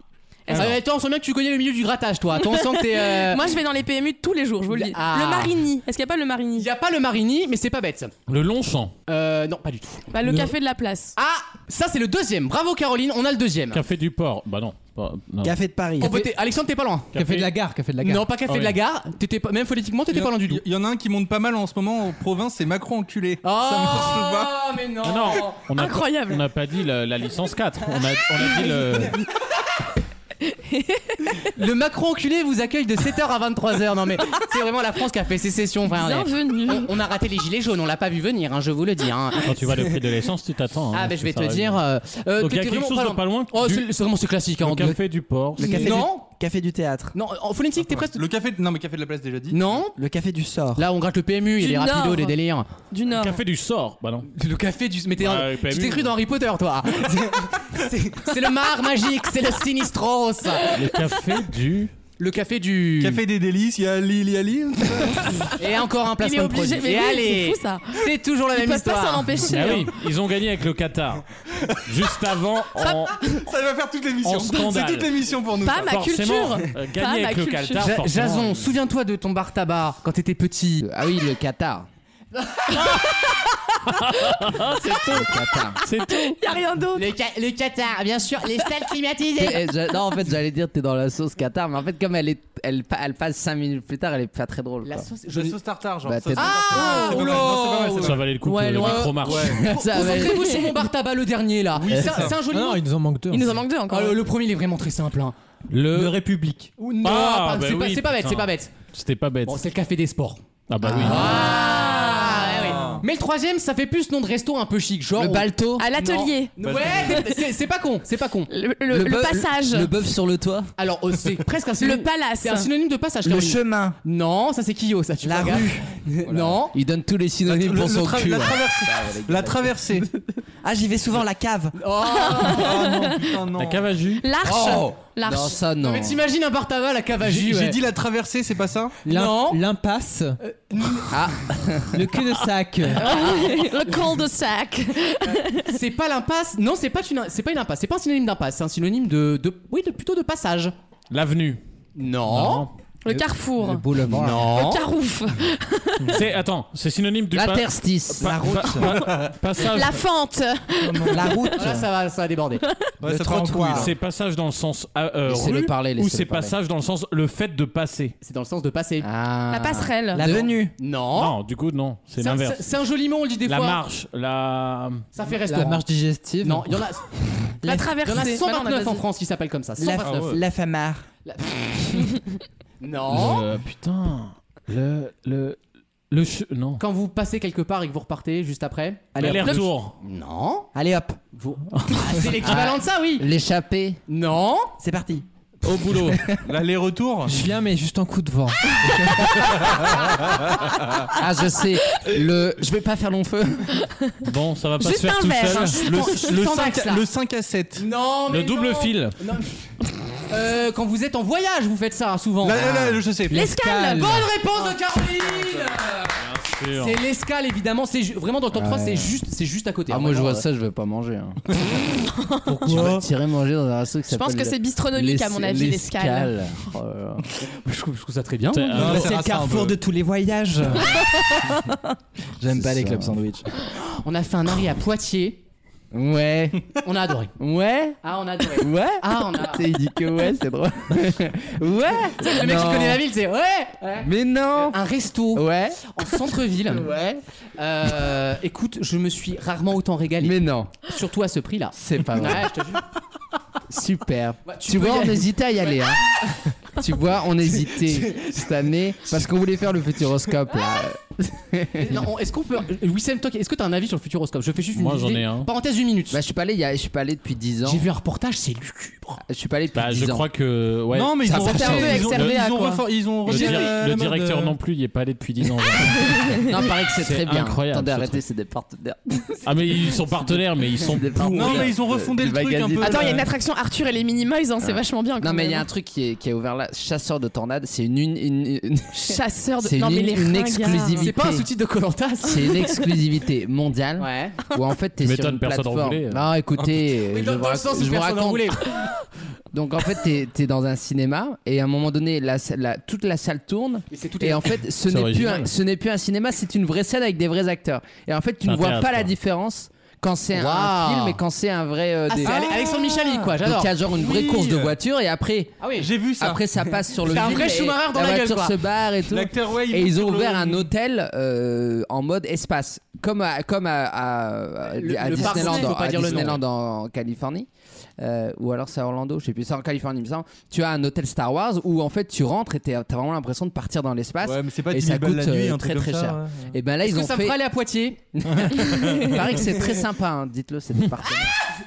[SPEAKER 2] Ah, ouais, toi, on sent bien que tu connais le milieu du grattage, toi. Toi, on sent que t'es. euh,
[SPEAKER 5] Moi, je vais dans les PMU tous les jours, je vous le dis.
[SPEAKER 2] Ah.
[SPEAKER 5] Le Marigny. Est-ce qu'il n'y a pas le
[SPEAKER 2] Il
[SPEAKER 5] Marigny
[SPEAKER 2] n'y a pas le Marini, mais c'est pas bête.
[SPEAKER 6] le long champ.
[SPEAKER 2] Euh, non, pas du tout.
[SPEAKER 5] bah, le, café de la place.
[SPEAKER 2] Ah, ça c'est le deuxième. Bravo Caroline, on a le deuxième.
[SPEAKER 6] Café du port. Bah non. pas- non.
[SPEAKER 8] Café de Paris.
[SPEAKER 2] On peut t'aider. Alexandre, t'es pas loin.
[SPEAKER 4] Café, de la gare, café de la gare.
[SPEAKER 2] Non, pas café
[SPEAKER 6] Ah
[SPEAKER 2] de
[SPEAKER 6] oui.
[SPEAKER 2] la gare. T'étais pas, même politiquement, t'étais
[SPEAKER 10] Il y en-
[SPEAKER 2] pas loin du tout.
[SPEAKER 10] Il y en a un qui monte pas mal en ce moment en province, c'est Macron enculé.
[SPEAKER 2] Ah.
[SPEAKER 10] Ça marche ou pas
[SPEAKER 2] Oh, mais non.
[SPEAKER 6] Ah non, on a,
[SPEAKER 5] Incroyable.
[SPEAKER 6] on n'a pas dit la, la licence 4. On a, on a dit le.
[SPEAKER 2] Le Macron enculé vous accueille de 7h à 23h. Non, mais c'est vraiment la France qui a fait sécession, frère.
[SPEAKER 5] Bienvenue.
[SPEAKER 2] On, on a raté les gilets jaunes, on l'a pas vu venir, hein, je vous le dis. hein.
[SPEAKER 6] Quand tu vois le prix de l'essence, tu t'attends. hein,
[SPEAKER 2] Ah,
[SPEAKER 5] ben,
[SPEAKER 6] parce
[SPEAKER 2] bah je vais
[SPEAKER 6] que
[SPEAKER 2] te
[SPEAKER 6] ça
[SPEAKER 2] dire.
[SPEAKER 6] arrive.
[SPEAKER 2] euh, euh,
[SPEAKER 6] Donc il y a
[SPEAKER 2] t'étais
[SPEAKER 6] quelque
[SPEAKER 2] vraiment
[SPEAKER 6] chose
[SPEAKER 2] pas
[SPEAKER 6] de
[SPEAKER 2] loin.
[SPEAKER 6] pas loin.
[SPEAKER 2] Oh,
[SPEAKER 6] du-
[SPEAKER 2] c'est c'est vraiment c'est classique. hein,
[SPEAKER 6] le
[SPEAKER 2] en-
[SPEAKER 6] café du port.
[SPEAKER 8] Le café, du,
[SPEAKER 2] Non,
[SPEAKER 8] café du théâtre.
[SPEAKER 2] non, en phonétique, t'es presque.
[SPEAKER 10] Le café. Non, mais café de la place déjà dit.
[SPEAKER 2] Non,
[SPEAKER 8] Le café du sort.
[SPEAKER 2] là on gratte le PMU, il
[SPEAKER 5] Du
[SPEAKER 2] est rapido,
[SPEAKER 5] Nord.
[SPEAKER 2] les délires.
[SPEAKER 5] Du Nord.
[SPEAKER 6] Café du sort. Bah non.
[SPEAKER 2] Le café du. Mais t'es
[SPEAKER 6] Bah,
[SPEAKER 2] dans-
[SPEAKER 6] le PMU.
[SPEAKER 2] tu t'es cru dans Harry Potter, toi. C'est- c'est le mar magique, c'est le sinistros.
[SPEAKER 6] Le café du.
[SPEAKER 2] Le café du.
[SPEAKER 10] Café des délices, il y a Lille, il y a Lille.
[SPEAKER 2] Et encore un
[SPEAKER 5] Il
[SPEAKER 2] placement
[SPEAKER 5] est
[SPEAKER 2] de
[SPEAKER 5] obligé,
[SPEAKER 2] produit.
[SPEAKER 5] mais
[SPEAKER 2] Et
[SPEAKER 5] oui,
[SPEAKER 2] allez,
[SPEAKER 5] c'est fou ça.
[SPEAKER 2] c'est toujours la
[SPEAKER 5] Ils
[SPEAKER 2] même
[SPEAKER 5] peuvent pas s'en
[SPEAKER 2] histoire.
[SPEAKER 5] empêcher.
[SPEAKER 6] Ah oui, ils ont gagné avec le Qatar. Juste avant, en,
[SPEAKER 10] Ça va faire toute
[SPEAKER 6] En
[SPEAKER 10] l'émission. C'est
[SPEAKER 6] scandale.
[SPEAKER 10] toute l'émission pour nous.
[SPEAKER 5] Pas ma
[SPEAKER 6] forcément,
[SPEAKER 5] culture.
[SPEAKER 6] euh,
[SPEAKER 5] Pas
[SPEAKER 6] gagner
[SPEAKER 5] ma
[SPEAKER 6] avec le
[SPEAKER 5] culture.
[SPEAKER 6] Qatar.
[SPEAKER 2] Ja-
[SPEAKER 6] forcément.
[SPEAKER 2] Euh, Jason, souviens-toi de ton bar tabac quand t'étais petit.
[SPEAKER 7] Ah oui, le Qatar.
[SPEAKER 2] c'est tout.
[SPEAKER 7] C'est tout.
[SPEAKER 5] Y a rien d'autre.
[SPEAKER 2] Le, Ca- le Qatar, bien sûr, les salles climatisées.
[SPEAKER 7] non, en fait, j'allais dire t'es dans la sauce Qatar, mais en fait, comme elle est, elle, pa- elle passe 5 minutes plus tard, elle est pas très drôle. La sauce,
[SPEAKER 3] je sauce tartare, genre.
[SPEAKER 7] Bah,
[SPEAKER 3] sauce
[SPEAKER 7] t'es-
[SPEAKER 3] tartare.
[SPEAKER 2] Ah,
[SPEAKER 3] C'est pas mal,
[SPEAKER 2] oula.
[SPEAKER 3] non, c'est pas mal, c'est pas
[SPEAKER 6] Ça
[SPEAKER 3] mal.
[SPEAKER 6] valait le coup
[SPEAKER 2] Ouais,
[SPEAKER 6] que le
[SPEAKER 2] loin.
[SPEAKER 6] micro marche.
[SPEAKER 2] Ça va être- Concentrez-vous sur mon bar tabac, le dernier là.
[SPEAKER 6] Oui,
[SPEAKER 2] C'est
[SPEAKER 6] c'est
[SPEAKER 2] un-
[SPEAKER 6] ça.
[SPEAKER 2] c'est un joli
[SPEAKER 6] Non,
[SPEAKER 2] mot.
[SPEAKER 6] non, il nous en manque deux, Il nous en
[SPEAKER 5] hein.
[SPEAKER 2] fait.
[SPEAKER 6] manque deux encore.
[SPEAKER 2] Ah, le, le premier, il est vraiment très simple. hein.
[SPEAKER 6] Le, République.
[SPEAKER 2] Ou non,
[SPEAKER 6] Ah,
[SPEAKER 2] pas-
[SPEAKER 6] bah
[SPEAKER 2] c'est pas-
[SPEAKER 6] oui,
[SPEAKER 2] c'est pas bête,
[SPEAKER 6] putain.
[SPEAKER 2] c'est pas bête.
[SPEAKER 6] C'était pas bête.
[SPEAKER 2] Bon, c'est le café des sports.
[SPEAKER 6] Ah bah oui.
[SPEAKER 2] Ah, ouais. Mais le troisième, ça fait plus nom de resto un peu chic, genre.
[SPEAKER 7] Le Balto.
[SPEAKER 5] À l'atelier.
[SPEAKER 2] Non. Ouais, c'est- c'est pas con, c'est pas con.
[SPEAKER 5] Le, le- le
[SPEAKER 2] bœuf-
[SPEAKER 5] passage.
[SPEAKER 2] le- le
[SPEAKER 7] bœuf sur le toit.
[SPEAKER 2] Alors, euh, c'est presque un synonyme.
[SPEAKER 5] Le palace.
[SPEAKER 2] C'est un synonyme de passage.
[SPEAKER 7] Le
[SPEAKER 2] chemin. Non, ça c'est Kyo, ça. Tu la rue. non.
[SPEAKER 7] Il donne tous les synonymes
[SPEAKER 10] Euh,
[SPEAKER 7] pour son cul. ouais.
[SPEAKER 8] La traversée. Ah, j'y vais souvent, la cave.
[SPEAKER 2] Oh,
[SPEAKER 10] Ah,
[SPEAKER 8] non.
[SPEAKER 6] La cave à jus.
[SPEAKER 5] L'arche.
[SPEAKER 8] Oh.
[SPEAKER 5] L'arche.
[SPEAKER 8] Non, ça, non.
[SPEAKER 2] Non, mais t'imagines un bar tabac à la cave à
[SPEAKER 3] J'ai
[SPEAKER 2] jus.
[SPEAKER 3] j'ai
[SPEAKER 2] ouais.
[SPEAKER 3] dit la traversée, c'est pas ça
[SPEAKER 4] L'im-
[SPEAKER 2] Non.
[SPEAKER 4] L'impasse.
[SPEAKER 7] Ah.
[SPEAKER 4] Le cul de sac.
[SPEAKER 5] le cul de sac.
[SPEAKER 2] C'est pas l'impasse. Non, c'est pas une, c'est pas une impasse. C'est pas un synonyme d'impasse. C'est un synonyme de, de oui, de, plutôt de passage.
[SPEAKER 6] L'avenue.
[SPEAKER 2] Non.
[SPEAKER 5] Le carrefour.
[SPEAKER 4] boulevard.
[SPEAKER 2] Non.
[SPEAKER 5] Le carouf.
[SPEAKER 6] C'est attends, c'est synonyme du
[SPEAKER 7] L'interstice.
[SPEAKER 6] la route. passage.
[SPEAKER 5] La fente.
[SPEAKER 7] La route.
[SPEAKER 2] Ah, là, ça va, ça va déborder.
[SPEAKER 6] Ouais,
[SPEAKER 7] Le
[SPEAKER 6] ça te rend
[SPEAKER 7] trottoir.
[SPEAKER 6] couille. C'est passage dans le sens euh, euh,
[SPEAKER 7] Laissez-le
[SPEAKER 6] rue
[SPEAKER 7] parler,
[SPEAKER 6] ou
[SPEAKER 7] laissez-le
[SPEAKER 6] c'est
[SPEAKER 7] parler.
[SPEAKER 6] passage dans le sens le fait de passer.
[SPEAKER 2] C'est dans le sens de passer.
[SPEAKER 7] Ah.
[SPEAKER 5] La passerelle.
[SPEAKER 7] La venue.
[SPEAKER 2] Non.
[SPEAKER 6] Non, du coup non, c'est
[SPEAKER 2] C'est un- c'est-
[SPEAKER 6] l'inverse.
[SPEAKER 2] c'est un joli mot, on le dit Oh. des
[SPEAKER 6] La
[SPEAKER 2] fois.
[SPEAKER 6] marche, la
[SPEAKER 2] Ça fait
[SPEAKER 4] La
[SPEAKER 2] restaurant.
[SPEAKER 4] marche digestive.
[SPEAKER 2] Non, il y en a.
[SPEAKER 5] La
[SPEAKER 2] Il y en a
[SPEAKER 5] traversée. Bah non, on a
[SPEAKER 2] 129
[SPEAKER 5] pas
[SPEAKER 2] en
[SPEAKER 5] dit.
[SPEAKER 2] France qui s'appellent comme ça.
[SPEAKER 8] La,
[SPEAKER 2] 129.
[SPEAKER 6] ouais.
[SPEAKER 8] la famare.
[SPEAKER 2] Non.
[SPEAKER 6] Euh, putain, le le le che- non.
[SPEAKER 2] Quand vous passez quelque part et que vous repartez juste après.
[SPEAKER 6] Aller-retour.
[SPEAKER 2] Non.
[SPEAKER 8] Allez hop,
[SPEAKER 2] Vous. Ah, c'est l'équivalent de ça, oui.
[SPEAKER 7] L'échappée.
[SPEAKER 2] Non.
[SPEAKER 8] c'est parti.
[SPEAKER 6] Au boulot.
[SPEAKER 10] L'aller-retour
[SPEAKER 4] Je viens, mais juste en coup de vent.
[SPEAKER 7] Ah, je sais. Le. Euh, Je vais pas faire long feu.
[SPEAKER 6] Bon, ça va pas
[SPEAKER 5] Juste
[SPEAKER 6] se faire
[SPEAKER 5] un
[SPEAKER 6] tout
[SPEAKER 5] verre,
[SPEAKER 6] seul.
[SPEAKER 5] hein, juste
[SPEAKER 6] Le,
[SPEAKER 5] un- juste
[SPEAKER 6] le
[SPEAKER 5] un
[SPEAKER 6] cinq-
[SPEAKER 5] verre, ça.
[SPEAKER 10] Le 5 à 7.
[SPEAKER 2] Non.
[SPEAKER 6] le
[SPEAKER 2] mais
[SPEAKER 6] double
[SPEAKER 2] non.
[SPEAKER 6] fil.
[SPEAKER 2] Non. Euh, quand vous êtes en voyage, vous faites ça souvent.
[SPEAKER 10] Là, là, là, je sais.
[SPEAKER 5] Ah. L'escale.
[SPEAKER 2] Bonne réponse de Caroline. C'est l'escale évidemment, c'est ju- vraiment dans le top 3,
[SPEAKER 7] Ouais.
[SPEAKER 2] c'est juste, c'est juste à côté.
[SPEAKER 7] Ah,
[SPEAKER 2] hein,
[SPEAKER 7] moi, je
[SPEAKER 2] vraiment,
[SPEAKER 7] vois
[SPEAKER 2] euh,
[SPEAKER 7] ça, je vais pas manger. hein. Je vais tirer manger dans Ah, un resto qui
[SPEAKER 5] Je pense
[SPEAKER 7] s'appelle
[SPEAKER 5] que c'est
[SPEAKER 7] le-
[SPEAKER 5] bistronomique à mon avis l'escale.
[SPEAKER 7] l'escale. Oh là là.
[SPEAKER 2] Je trouve, je trouve ça très bien.
[SPEAKER 6] C'est- euh,
[SPEAKER 3] c'est le carrefour de
[SPEAKER 4] tous les voyages.
[SPEAKER 7] J'aime
[SPEAKER 4] C'est
[SPEAKER 7] pas les
[SPEAKER 4] ça.
[SPEAKER 7] clubs sandwich.
[SPEAKER 2] On a fait un arrêt à Poitiers,
[SPEAKER 7] Ouais.
[SPEAKER 2] on a adoré.
[SPEAKER 7] Ouais.
[SPEAKER 2] Ah, on a adoré.
[SPEAKER 7] Ouais.
[SPEAKER 2] Ah, on a.
[SPEAKER 7] Tu sais, Il dit que ouais, c'est drôle. ouais.
[SPEAKER 2] Le mec qui
[SPEAKER 7] Non.
[SPEAKER 2] connaît la ville, c'est ouais. Ouais.
[SPEAKER 7] Mais non.
[SPEAKER 2] Un resto
[SPEAKER 7] Ouais.
[SPEAKER 2] en centre-ville.
[SPEAKER 7] Ouais.
[SPEAKER 2] Euh, écoute, je me suis rarement autant régalé,
[SPEAKER 7] Mais non.
[SPEAKER 2] surtout à ce prix-là.
[SPEAKER 7] C'est pas vrai.
[SPEAKER 2] Ouais, je te jure.
[SPEAKER 7] Super.
[SPEAKER 2] Ouais, tu
[SPEAKER 7] Tu
[SPEAKER 2] peux y
[SPEAKER 7] vois, on
[SPEAKER 2] aller.
[SPEAKER 7] hésitait à y aller. Hein. tu vois, on hésitait cette année parce qu'on voulait faire le futuroscope. Là.
[SPEAKER 2] Non, on- Est-ce qu'on peut. Wissem, toi, est-ce que t'as un avis sur le futuroscope Je fais juste une
[SPEAKER 6] Moi, j'en ai
[SPEAKER 2] idée-
[SPEAKER 6] un.
[SPEAKER 2] parenthèse une minute.
[SPEAKER 7] Bah, je suis pas allé. il y a- Je suis pas allé depuis 10 ans.
[SPEAKER 2] J'ai vu un reportage, c'est lucubre.
[SPEAKER 7] Je suis pas allé depuis
[SPEAKER 6] Bah,
[SPEAKER 7] 10
[SPEAKER 6] je
[SPEAKER 7] ans.
[SPEAKER 6] crois que ouais.
[SPEAKER 10] Non, mais ils
[SPEAKER 7] Ça
[SPEAKER 10] ont
[SPEAKER 7] fait un
[SPEAKER 10] reformé-
[SPEAKER 5] peu
[SPEAKER 10] ils ont-
[SPEAKER 5] exacerbé,
[SPEAKER 10] ils ont
[SPEAKER 5] quoi.
[SPEAKER 10] refor- Ils ont
[SPEAKER 6] le,
[SPEAKER 10] refait
[SPEAKER 6] dir-
[SPEAKER 10] la
[SPEAKER 6] le
[SPEAKER 10] mode,
[SPEAKER 6] directeur
[SPEAKER 10] euh,
[SPEAKER 6] non plus, il est pas allé depuis 10 ans. genre.
[SPEAKER 7] Non, pareil que c'est
[SPEAKER 6] C'est
[SPEAKER 7] très bien.
[SPEAKER 6] incroyable,
[SPEAKER 7] Attendez,
[SPEAKER 6] ce
[SPEAKER 7] arrêtez, c'est des partenaires.
[SPEAKER 6] ah mais ils sont partenaires, mais ils sont
[SPEAKER 7] Des partenaires.
[SPEAKER 10] Non, mais ils ont refondé
[SPEAKER 7] Du
[SPEAKER 10] le truc un
[SPEAKER 7] magazine.
[SPEAKER 10] peu. Euh,
[SPEAKER 5] Attends, il y a une
[SPEAKER 10] là.
[SPEAKER 5] attraction Arthur et les Minimoys, hein, c'est vachement bien.
[SPEAKER 7] Non,
[SPEAKER 5] quand
[SPEAKER 7] mais il y a
[SPEAKER 5] même.
[SPEAKER 7] un truc qui est, qui est ouvert là. Chasseur de tornades, c'est une, une, une- une-
[SPEAKER 2] Oh,
[SPEAKER 5] chasseur de.
[SPEAKER 7] C'est
[SPEAKER 5] non,
[SPEAKER 7] une-
[SPEAKER 5] mais les
[SPEAKER 7] une
[SPEAKER 5] ringards.
[SPEAKER 7] exclusivité.
[SPEAKER 2] hein. C'est pas un sous-titre de Colanta,
[SPEAKER 7] c'est une exclusivité mondiale
[SPEAKER 2] Ouais. Ah,
[SPEAKER 7] où en fait t'es
[SPEAKER 6] Tu
[SPEAKER 7] sur
[SPEAKER 6] m'étonnes,
[SPEAKER 7] une
[SPEAKER 6] personne en
[SPEAKER 7] plateforme.
[SPEAKER 6] voulait. euh.
[SPEAKER 7] Non, écoutez, euh, je
[SPEAKER 2] dans,
[SPEAKER 7] vous
[SPEAKER 2] dans le
[SPEAKER 7] rac-
[SPEAKER 2] sens où
[SPEAKER 7] je vous
[SPEAKER 2] personne n'en
[SPEAKER 7] raconte.
[SPEAKER 2] voulait.
[SPEAKER 7] Donc en fait t'es t'es dans un cinéma et à un moment donné la, sa- la- toute la salle tourne
[SPEAKER 2] Mais c'est tout
[SPEAKER 7] et en fait ce
[SPEAKER 6] C'est
[SPEAKER 7] n'est plus
[SPEAKER 6] original.
[SPEAKER 7] un, ce n'est plus un cinéma, c'est une vraie scène avec des vrais acteurs. Et en fait tu
[SPEAKER 6] C'est
[SPEAKER 7] ne
[SPEAKER 6] un
[SPEAKER 7] vois
[SPEAKER 6] théâtre,
[SPEAKER 7] pas la
[SPEAKER 6] quoi.
[SPEAKER 7] différence quand c'est un-
[SPEAKER 2] Waouh.
[SPEAKER 7] un film et quand c'est un vrai. euh,
[SPEAKER 2] Ah,
[SPEAKER 7] des-
[SPEAKER 2] c'est Ale- Alexandre Michalik, quoi,
[SPEAKER 7] Donc
[SPEAKER 2] j'adore.
[SPEAKER 7] il y a genre une vraie
[SPEAKER 10] Oui.
[SPEAKER 7] course de voiture et après
[SPEAKER 2] Ah oui,
[SPEAKER 10] J'ai vu ça.
[SPEAKER 7] après ça passe sur le
[SPEAKER 2] C'est un
[SPEAKER 7] film
[SPEAKER 2] vrai
[SPEAKER 7] et
[SPEAKER 2] Schumacher dans la
[SPEAKER 7] la
[SPEAKER 2] gueule,
[SPEAKER 7] voiture
[SPEAKER 2] quoi.
[SPEAKER 7] se barre et tout.
[SPEAKER 10] L'acteur, ouais, il
[SPEAKER 7] Et
[SPEAKER 10] monte
[SPEAKER 7] ils
[SPEAKER 10] sur
[SPEAKER 7] ont
[SPEAKER 10] le-
[SPEAKER 7] ouvert un hôtel euh, en mode espace, comme à, comme à, à, à-
[SPEAKER 2] Le-
[SPEAKER 7] à
[SPEAKER 2] le parc
[SPEAKER 7] Disneyland,
[SPEAKER 2] Disney, faut
[SPEAKER 7] en-
[SPEAKER 2] pas
[SPEAKER 7] à
[SPEAKER 2] dire le nom,
[SPEAKER 7] Disneyland en Californie, Euh, ou alors c'est à Orlando, je sais plus, c'est en Californie, il me semble. Tu as un hôtel Star Wars où en fait tu rentres et t'es- t'as vraiment l'impression de partir dans l'espace.
[SPEAKER 10] Ouais, mais c'est pas
[SPEAKER 7] et
[SPEAKER 10] 10
[SPEAKER 7] ça
[SPEAKER 10] 000 balles
[SPEAKER 7] coûte
[SPEAKER 10] la nuit,
[SPEAKER 7] euh,
[SPEAKER 10] un
[SPEAKER 7] très
[SPEAKER 10] truc comme
[SPEAKER 7] très
[SPEAKER 10] ça,
[SPEAKER 7] cher.
[SPEAKER 10] ouais.
[SPEAKER 7] Et ben là
[SPEAKER 2] Est-ce
[SPEAKER 7] ils
[SPEAKER 2] que
[SPEAKER 7] ont
[SPEAKER 2] ça me
[SPEAKER 7] fait.
[SPEAKER 2] fera aller à Poitiers
[SPEAKER 7] Il paraît que c'est très sympa, hein. dites-le, c'est des partenaires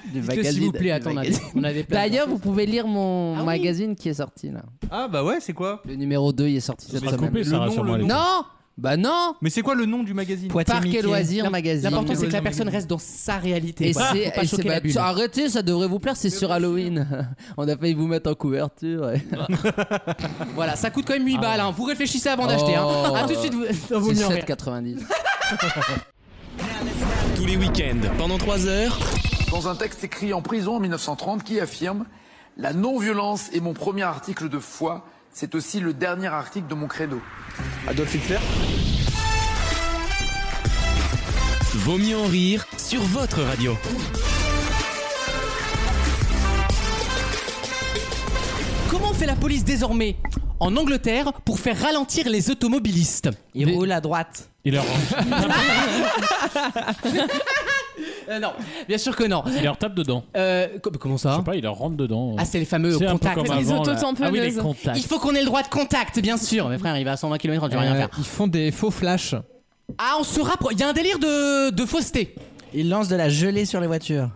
[SPEAKER 7] du
[SPEAKER 2] Dites-le,
[SPEAKER 7] magazine.
[SPEAKER 2] S'il vous plaît,
[SPEAKER 7] du
[SPEAKER 2] attends, on a
[SPEAKER 7] magazine.
[SPEAKER 2] des- on a des plans.
[SPEAKER 7] D'ailleurs, vous pouvez lire mon
[SPEAKER 2] Ah oui.
[SPEAKER 7] magazine qui est sorti là.
[SPEAKER 10] Ah bah ouais, c'est quoi
[SPEAKER 7] Le numéro 2 il est sorti
[SPEAKER 6] Ça
[SPEAKER 7] cette
[SPEAKER 6] sera
[SPEAKER 7] semaine.
[SPEAKER 6] coupé,
[SPEAKER 10] Le
[SPEAKER 6] ça
[SPEAKER 10] nom,
[SPEAKER 6] rassure-moi.
[SPEAKER 10] le
[SPEAKER 6] les gars.
[SPEAKER 10] nom.
[SPEAKER 7] Non Bah non
[SPEAKER 10] Mais c'est quoi le nom du magazine
[SPEAKER 8] Poitiers
[SPEAKER 7] Parc et
[SPEAKER 8] Mickey.
[SPEAKER 7] loisirs magazine.
[SPEAKER 2] L'important, c'est que la
[SPEAKER 10] Magazine.
[SPEAKER 2] personne reste dans sa réalité.
[SPEAKER 7] Et
[SPEAKER 2] Voilà,
[SPEAKER 7] c'est-
[SPEAKER 2] faut pas
[SPEAKER 7] et
[SPEAKER 2] choquer hein.
[SPEAKER 7] c'est-
[SPEAKER 2] la
[SPEAKER 7] bah,
[SPEAKER 2] bulle.
[SPEAKER 7] arrêtez, ça devrait vous plaire, c'est sur Halloween. On a failli vous mettre en couverture. et-
[SPEAKER 2] Voilà, ça coûte quand même 8 balles. hein. Vous réfléchissez avant
[SPEAKER 7] Oh.
[SPEAKER 2] d'acheter. Hein. À tout de suite, vous- dans vos
[SPEAKER 7] C'est
[SPEAKER 2] murs.
[SPEAKER 7] 7,90.
[SPEAKER 1] Tous les week-ends, pendant 3 heures.
[SPEAKER 13] dans un texte écrit en prison en 1930 qui affirme La non-violence est mon premier article de foi, c'est aussi le dernier article de mon credo.
[SPEAKER 10] Adolf Hitler
[SPEAKER 1] Vaut mieux en rire sur votre radio.
[SPEAKER 2] Comment fait la police désormais en Angleterre pour faire ralentir les automobilistes Ils roulent à droite.
[SPEAKER 6] Il leur,
[SPEAKER 2] Euh, non, bien sûr que non. Euh,
[SPEAKER 6] il leur tape dedans.
[SPEAKER 2] comment ça
[SPEAKER 6] Je sais pas, il leur rentre dedans.
[SPEAKER 2] Hein Ah, c'est les fameux
[SPEAKER 6] C'est un peu
[SPEAKER 2] contacts.
[SPEAKER 6] comme Les avant, là. autotamponneuses. Ah oui, les contacts.
[SPEAKER 2] Il faut qu'on ait le droit de contact, bien sûr. Mais frère, il va à 120 km/h, tu vas rien
[SPEAKER 4] Euh,
[SPEAKER 2] faire.
[SPEAKER 4] Ils font des faux flashs.
[SPEAKER 2] Ah, on se rapproche. Il y a un délire de, de fausseté.
[SPEAKER 8] Ils lancent de la gelée sur les voitures.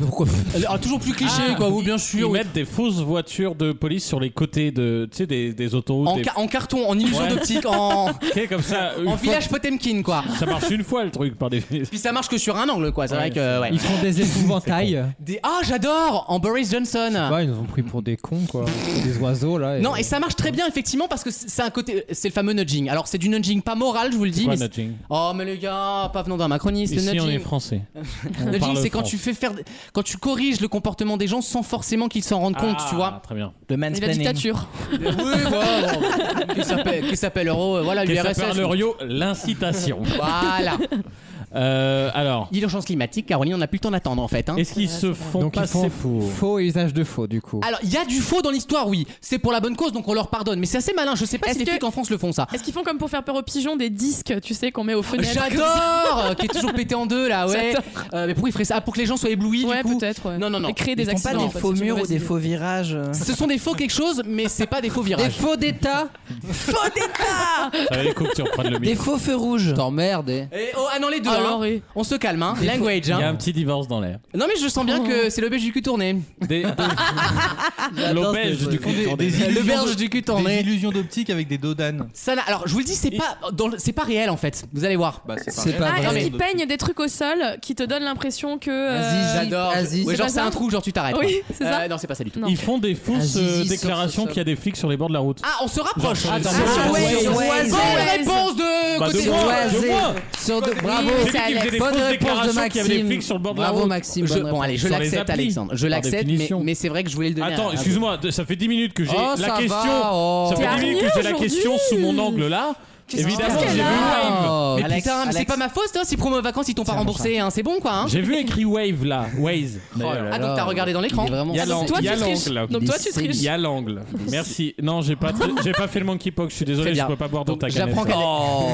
[SPEAKER 2] Pourquoi Ah, toujours plus cliché, quoi, vous, bien sûr.
[SPEAKER 6] Ils
[SPEAKER 2] oui.
[SPEAKER 6] mettent des fausses voitures de police sur les côtés de, tu sais, des, des autoroutes.
[SPEAKER 2] En,
[SPEAKER 6] des-
[SPEAKER 2] ca- en carton, en illusion
[SPEAKER 6] Ouais.
[SPEAKER 2] d'optique, en, en
[SPEAKER 6] Tu sais, comme ça. une fois-
[SPEAKER 2] village Potemkin, quoi.
[SPEAKER 6] Ça marche une fois le truc par définition.
[SPEAKER 2] Puis ça marche que sur un angle, quoi. C'est vrai que. ouais.
[SPEAKER 4] Ils font des épouvantails.
[SPEAKER 2] Des- Ah, j'adore En Boris Johnson
[SPEAKER 4] Ouais, ils nous ont pris pour des cons, quoi. des oiseaux, là.
[SPEAKER 2] Non, et ça marche très bien, effectivement, parce que c'est c'est un côté. C'est le fameux nudging. Alors, c'est du nudging pas moral, je vous le dis.
[SPEAKER 6] quoi,
[SPEAKER 2] mais c'est-
[SPEAKER 6] nudging
[SPEAKER 2] Oh, mais les gars, pas venant d'un macroniste, le
[SPEAKER 6] Ici,
[SPEAKER 2] nudging.
[SPEAKER 6] on est français. On
[SPEAKER 2] nudging,
[SPEAKER 6] parle
[SPEAKER 2] c'est quand
[SPEAKER 6] français.
[SPEAKER 2] tu fais faire. Quand tu corriges le comportement des gens sans forcément qu'ils s'en rendent compte,
[SPEAKER 6] Ah,
[SPEAKER 2] tu vois.
[SPEAKER 6] Très bien.
[SPEAKER 8] Le
[SPEAKER 2] Et la
[SPEAKER 8] mansplaining.
[SPEAKER 2] dictature. oui, voilà. Qui s'appelle- Qui s'appelle Euro, euh, voilà,
[SPEAKER 6] Que ça
[SPEAKER 2] l'URSS.
[SPEAKER 6] parle le Rio, l'incitation.
[SPEAKER 2] Voilà.
[SPEAKER 6] Euh, alors,
[SPEAKER 2] L'urgence climatique, Caroline, on n'a plus le temps d'attendre en fait. hein.
[SPEAKER 6] est-ce qu'ils se font
[SPEAKER 4] Donc ils
[SPEAKER 6] passer
[SPEAKER 4] font
[SPEAKER 6] pour
[SPEAKER 4] faux et usage de faux, du coup.
[SPEAKER 2] Alors, il y a du faux dans l'histoire, oui. C'est pour la bonne cause, donc on leur pardonne. Mais c'est assez malin. Je sais pas
[SPEAKER 5] Est-ce
[SPEAKER 2] si les
[SPEAKER 5] que-
[SPEAKER 2] flics en France le font ça.
[SPEAKER 5] Est-ce qu'ils font comme pour faire peur aux pigeons des disques, tu sais, qu'on met aux fenêtres
[SPEAKER 2] J'adore euh, Qui est toujours pété en deux là, ouais. Euh, mais pourquoi ils feraient ça Ah, Pour que les gens soient éblouis
[SPEAKER 5] Ouais,
[SPEAKER 2] du coup
[SPEAKER 5] peut-être. ouais.
[SPEAKER 2] Non, non, non.
[SPEAKER 5] Et créer
[SPEAKER 8] Ils
[SPEAKER 5] des
[SPEAKER 8] font pas
[SPEAKER 5] accidents.
[SPEAKER 8] des
[SPEAKER 5] en fait,
[SPEAKER 8] faux
[SPEAKER 5] c'est une
[SPEAKER 8] murs ou
[SPEAKER 5] mauvaise
[SPEAKER 8] des
[SPEAKER 5] idée.
[SPEAKER 8] faux virages. euh.
[SPEAKER 2] Ce sont des faux quelque chose, mais c'est pas des faux virages.
[SPEAKER 7] Des faux d'état
[SPEAKER 2] faux
[SPEAKER 6] Ça
[SPEAKER 2] d'état
[SPEAKER 6] va Ah, les coups que tu reprends le
[SPEAKER 8] Des
[SPEAKER 7] hein.
[SPEAKER 6] micro.
[SPEAKER 8] faux feux rouges.
[SPEAKER 7] T'emmerdes. eh.
[SPEAKER 2] Et- oh, Ah non, les deux.
[SPEAKER 5] Alors,
[SPEAKER 2] hein.
[SPEAKER 5] et-
[SPEAKER 2] On se calme, hein.
[SPEAKER 6] Des faux-
[SPEAKER 2] Language.
[SPEAKER 6] Il y a
[SPEAKER 2] Hein.
[SPEAKER 6] un petit divorce dans l'air.
[SPEAKER 2] Non, mais je sens bien
[SPEAKER 5] Oh.
[SPEAKER 2] que c'est le belge du cul tourné.
[SPEAKER 6] Des- des- L'auberge du coup.
[SPEAKER 10] Des, des
[SPEAKER 2] Le
[SPEAKER 10] illusions
[SPEAKER 2] belge
[SPEAKER 10] de-
[SPEAKER 2] du cul
[SPEAKER 10] des
[SPEAKER 2] tourné.
[SPEAKER 10] illusions d'optique avec des dodanes.
[SPEAKER 2] Ça, n'a- alors, je vous le dis, c'est pas, dans le- c'est pas réel en fait. Vous allez voir.
[SPEAKER 10] Bah, c'est pas,
[SPEAKER 7] C'est
[SPEAKER 10] vrai.
[SPEAKER 7] pas
[SPEAKER 5] Ah,
[SPEAKER 7] vrai.
[SPEAKER 5] est-ce
[SPEAKER 2] mais-
[SPEAKER 5] qu'ils peignent des trucs au sol qui te donnent l'impression que. euh,
[SPEAKER 7] Vas-y,
[SPEAKER 2] J'adore.
[SPEAKER 7] Asie.
[SPEAKER 2] Ouais,
[SPEAKER 5] C'est
[SPEAKER 2] genre,
[SPEAKER 5] pas
[SPEAKER 2] c'est un
[SPEAKER 5] ça
[SPEAKER 2] trou, genre, tu t'arrêtes.
[SPEAKER 5] Oui,
[SPEAKER 2] quoi.
[SPEAKER 5] c'est ça.
[SPEAKER 2] Euh, Non, c'est pas ça du tout.
[SPEAKER 5] Non.
[SPEAKER 6] Ils font des fausses
[SPEAKER 7] Un
[SPEAKER 6] euh,
[SPEAKER 7] zizi sur
[SPEAKER 6] déclarations
[SPEAKER 7] ce sol.
[SPEAKER 6] qu'il y a des flics sur les bords de la route.
[SPEAKER 2] Ah, on se rapproche.
[SPEAKER 6] Genre,
[SPEAKER 2] Attention.
[SPEAKER 6] sur
[SPEAKER 2] Bonne
[SPEAKER 6] Waze.
[SPEAKER 7] Waze,
[SPEAKER 8] Waze.
[SPEAKER 7] Waze.
[SPEAKER 5] Waze.
[SPEAKER 2] réponse de
[SPEAKER 6] Bah,
[SPEAKER 2] côté
[SPEAKER 6] de moi,
[SPEAKER 2] droit.
[SPEAKER 6] de
[SPEAKER 7] Oisé.
[SPEAKER 6] moi.
[SPEAKER 7] Sur deux- Bravo.
[SPEAKER 6] J'ai dit qu'ils faisaient des
[SPEAKER 7] Bonne
[SPEAKER 6] fausses
[SPEAKER 7] réponse de
[SPEAKER 6] déclarations qu'il y avait des
[SPEAKER 7] Maxime.
[SPEAKER 6] flics sur le bord de la
[SPEAKER 7] Bravo
[SPEAKER 6] route.
[SPEAKER 7] Maxime.
[SPEAKER 2] Je-
[SPEAKER 7] bonne
[SPEAKER 2] bon
[SPEAKER 7] réponse.
[SPEAKER 2] allez, je
[SPEAKER 6] Sur les
[SPEAKER 2] l'accepte
[SPEAKER 6] applis,
[SPEAKER 2] Alexandre, je
[SPEAKER 6] par
[SPEAKER 2] l'accepte, mais,
[SPEAKER 6] définition.
[SPEAKER 2] mais c'est vrai que je voulais le donner. à-
[SPEAKER 6] Attends,
[SPEAKER 2] à-
[SPEAKER 6] excuse-moi, de- ça fait 10 minutes que j'ai
[SPEAKER 7] Oh,
[SPEAKER 6] la
[SPEAKER 7] ça
[SPEAKER 6] question.
[SPEAKER 7] va, oh.
[SPEAKER 6] Ça fait
[SPEAKER 5] T'es
[SPEAKER 6] 10 minutes que j'ai la
[SPEAKER 5] hargneux
[SPEAKER 6] question sous mon
[SPEAKER 5] aujourd'hui.
[SPEAKER 6] angle là. Évidemment,
[SPEAKER 5] qu'elle
[SPEAKER 6] j'ai vu Wave.
[SPEAKER 7] Oh.
[SPEAKER 2] Oh, Mais
[SPEAKER 8] Alex,
[SPEAKER 2] putain, mais c'est
[SPEAKER 8] Alex.
[SPEAKER 2] pas ma faute hein, si promo vacances ils t'ont pas remboursé, hein, c'est bon quoi. Hein.
[SPEAKER 6] J'ai vu écrit Wave là, Waze. Oh, d'ailleurs.
[SPEAKER 2] Ah donc t'as regardé dans l'écran.
[SPEAKER 7] Il est vraiment
[SPEAKER 6] Il y a
[SPEAKER 5] donc
[SPEAKER 6] l'angle.
[SPEAKER 5] toi,
[SPEAKER 6] Il y a
[SPEAKER 5] tu triches.
[SPEAKER 6] l'angle.
[SPEAKER 5] Donc toi, tu triches.
[SPEAKER 6] Il y a l'angle. Merci. Non, j'ai pas, tr- j'ai pas fait le monkey pox. Je suis
[SPEAKER 2] Très
[SPEAKER 6] désolé, je
[SPEAKER 2] bien.
[SPEAKER 6] peux pas boire dans
[SPEAKER 2] Donc,
[SPEAKER 6] ta canette.
[SPEAKER 2] J'apprends qu'elle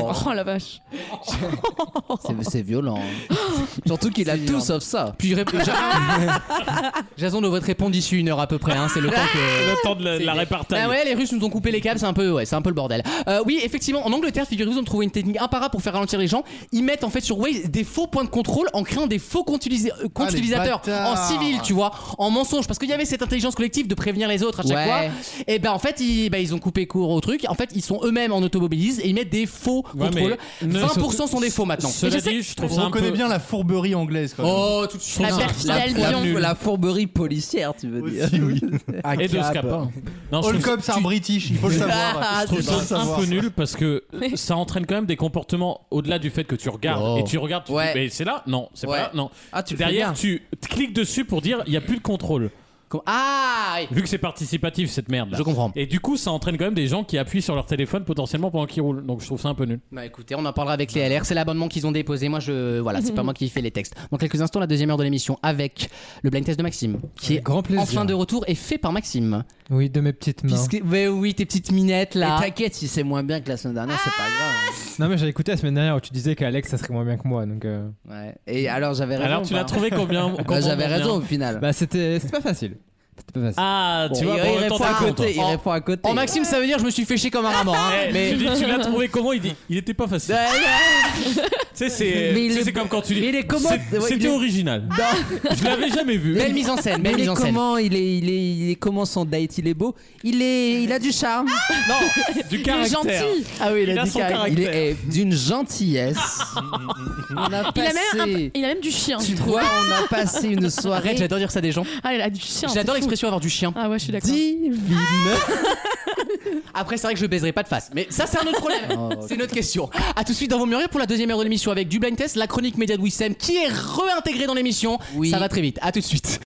[SPEAKER 7] Oh.
[SPEAKER 5] Oh la vache.
[SPEAKER 7] C'est- C'est violent.
[SPEAKER 2] hein.
[SPEAKER 7] Surtout qu'il a tout sauf ça.
[SPEAKER 2] Ah. Puis rép- Ja- Jason devrait te répondre d'ici une heure à peu près, hein, c'est le temps que.
[SPEAKER 6] Le temps de la, la répartage.
[SPEAKER 2] Ah ouais, les Russes nous ont coupé les câbles, c'est un peu, ouais, c'est un peu le bordel. Euh, oui, effectivement, en Angleterre, figurez-vous, ils ont trouvé une technique imparable pour faire ralentir les gens. Ils mettent en fait sur Waze des faux points de contrôle en créant des faux comptes, utilisa- euh, comptes
[SPEAKER 7] Ah, les
[SPEAKER 2] utilisateurs en
[SPEAKER 7] bâtards.
[SPEAKER 2] civil, tu vois, en mensonge, parce qu'il y avait cette intelligence collective de prévenir les autres à chaque
[SPEAKER 7] Ouais.
[SPEAKER 2] fois. Et ben en fait, ils, ben, ils ont coupé court au truc. En fait, ils sont eux-mêmes en automobiliste et ils mettent des faux
[SPEAKER 6] Ouais,
[SPEAKER 2] contrôles.
[SPEAKER 6] mais ne-
[SPEAKER 2] 20% sont des faux maintenant.
[SPEAKER 6] Cela
[SPEAKER 5] Mais je sais-
[SPEAKER 6] dit, je trouve
[SPEAKER 10] On
[SPEAKER 6] ça un peu.
[SPEAKER 10] reconnaît bien la fourberie anglaise quand même.
[SPEAKER 2] Oh, tout de suite.
[SPEAKER 5] La
[SPEAKER 2] Non.
[SPEAKER 5] perfide
[SPEAKER 7] La,
[SPEAKER 5] Albion.
[SPEAKER 7] la fourberie policière, tu veux dire.
[SPEAKER 10] Aussi, oui.
[SPEAKER 7] Ah,
[SPEAKER 6] Et de
[SPEAKER 7] cap.
[SPEAKER 6] Scapin. Non, Oh, je
[SPEAKER 10] All
[SPEAKER 6] trouve ça-
[SPEAKER 10] cops are British, il faut le savoir.
[SPEAKER 2] Ah,
[SPEAKER 6] je trouve
[SPEAKER 10] Il faut le
[SPEAKER 6] ça Ah, un
[SPEAKER 10] savoir,
[SPEAKER 6] peu
[SPEAKER 10] ça.
[SPEAKER 6] nul parce que ça entraîne quand même des comportements au-delà du fait que tu regardes
[SPEAKER 7] Oh.
[SPEAKER 6] et tu regardes, tu te dis,
[SPEAKER 7] Ouais.
[SPEAKER 6] mais c'est là Non, c'est
[SPEAKER 7] Ouais.
[SPEAKER 6] pas là Non.
[SPEAKER 7] Ah, tu le fais
[SPEAKER 6] Derrière,
[SPEAKER 7] bien.
[SPEAKER 6] tu cliques dessus pour dire, il n'y a plus de contrôle.
[SPEAKER 2] Com- Ah, oui.
[SPEAKER 6] Vu que c'est participatif cette merde là.
[SPEAKER 2] je comprends.
[SPEAKER 6] Et du coup, ça entraîne quand même des gens qui appuient sur leur téléphone potentiellement pendant qu'ils roulent. Donc je trouve ça un peu nul.
[SPEAKER 2] Bah écoutez, on en parlera avec les LR, c'est l'abonnement qu'ils ont déposé. Moi je voilà, c'est pas moi qui fais les textes. Dans quelques instants la deuxième heure de l'émission avec le blind test de Maxime qui est
[SPEAKER 4] Grand plaisir.
[SPEAKER 2] enfin de retour et fait par Maxime.
[SPEAKER 4] Oui, de mes petites mains.
[SPEAKER 2] Puisque mais oui, tes petites minettes
[SPEAKER 7] Et
[SPEAKER 2] là.
[SPEAKER 7] t'inquiète, si c'est moins bien que la semaine dernière, c'est pas grave.
[SPEAKER 4] Non, mais j'ai écouté la semaine dernière où tu disais qu'Alex, ça serait moins bien que moi. Donc, euh,
[SPEAKER 7] Ouais. Et alors, j'avais raison.
[SPEAKER 6] Alors tu
[SPEAKER 7] ou
[SPEAKER 6] l'as
[SPEAKER 7] pas
[SPEAKER 6] trouvé combien
[SPEAKER 7] Bah,
[SPEAKER 6] combien
[SPEAKER 7] J'avais
[SPEAKER 6] combien
[SPEAKER 7] raison au final.
[SPEAKER 4] Bah, c'était c'était pas facile. C'était pas facile.
[SPEAKER 6] Ah, tu
[SPEAKER 7] Bon,
[SPEAKER 6] vois,
[SPEAKER 7] il,
[SPEAKER 6] bon,
[SPEAKER 7] il
[SPEAKER 6] en même temps,
[SPEAKER 7] répond à
[SPEAKER 6] t'es content.
[SPEAKER 7] côté. Il
[SPEAKER 6] Oh.
[SPEAKER 7] répond à côté.
[SPEAKER 2] En Maxime ça veut dire je me suis fait chier comme un ramor hein.
[SPEAKER 6] Eh,
[SPEAKER 2] mais
[SPEAKER 6] Tu dis, tu l'as trouvé comment Il dit, il était pas facile. tu sais, c'est
[SPEAKER 7] Bah, Mais il
[SPEAKER 6] tu sais,
[SPEAKER 7] est-
[SPEAKER 6] c'est comme quand tu dis.
[SPEAKER 7] mais il est comment-
[SPEAKER 6] c'est-
[SPEAKER 7] ouais,
[SPEAKER 6] C'était
[SPEAKER 7] il est-
[SPEAKER 6] original. Je l'avais jamais vu.
[SPEAKER 2] belle mise en scène,
[SPEAKER 7] Mais
[SPEAKER 2] belle
[SPEAKER 7] il
[SPEAKER 2] mise
[SPEAKER 7] est
[SPEAKER 2] en scène.
[SPEAKER 7] comment il est, il est, il est comment son date Il est beau. Il est, il a du charme.
[SPEAKER 6] Non, du
[SPEAKER 5] Il est
[SPEAKER 6] caractère.
[SPEAKER 5] gentil.
[SPEAKER 7] Ah oui,
[SPEAKER 6] il a du son caractère.
[SPEAKER 7] Il est eh, d'une gentillesse. on a
[SPEAKER 5] Il a,
[SPEAKER 7] passé.
[SPEAKER 5] même un- il a même du chien.
[SPEAKER 7] Tu vois, on a passé une soirée.
[SPEAKER 2] Arrête, j'adore dire ça des gens.
[SPEAKER 5] Ah, il a du chien.
[SPEAKER 2] J'adore
[SPEAKER 5] c'est fou.
[SPEAKER 2] l'expression avoir du chien.
[SPEAKER 5] Ah ouais, je suis d'accord.
[SPEAKER 7] divine.
[SPEAKER 2] Après c'est vrai que je baiserai pas de face, mais ça c'est un autre problème. c'est une autre question. À tout de suite dans vos murs pour la deuxième heure de l'émission avec du blind test, la chronique média de Wissem qui est réintégrée dans l'émission.
[SPEAKER 7] Oui.
[SPEAKER 2] Ça va très vite. À tout de suite.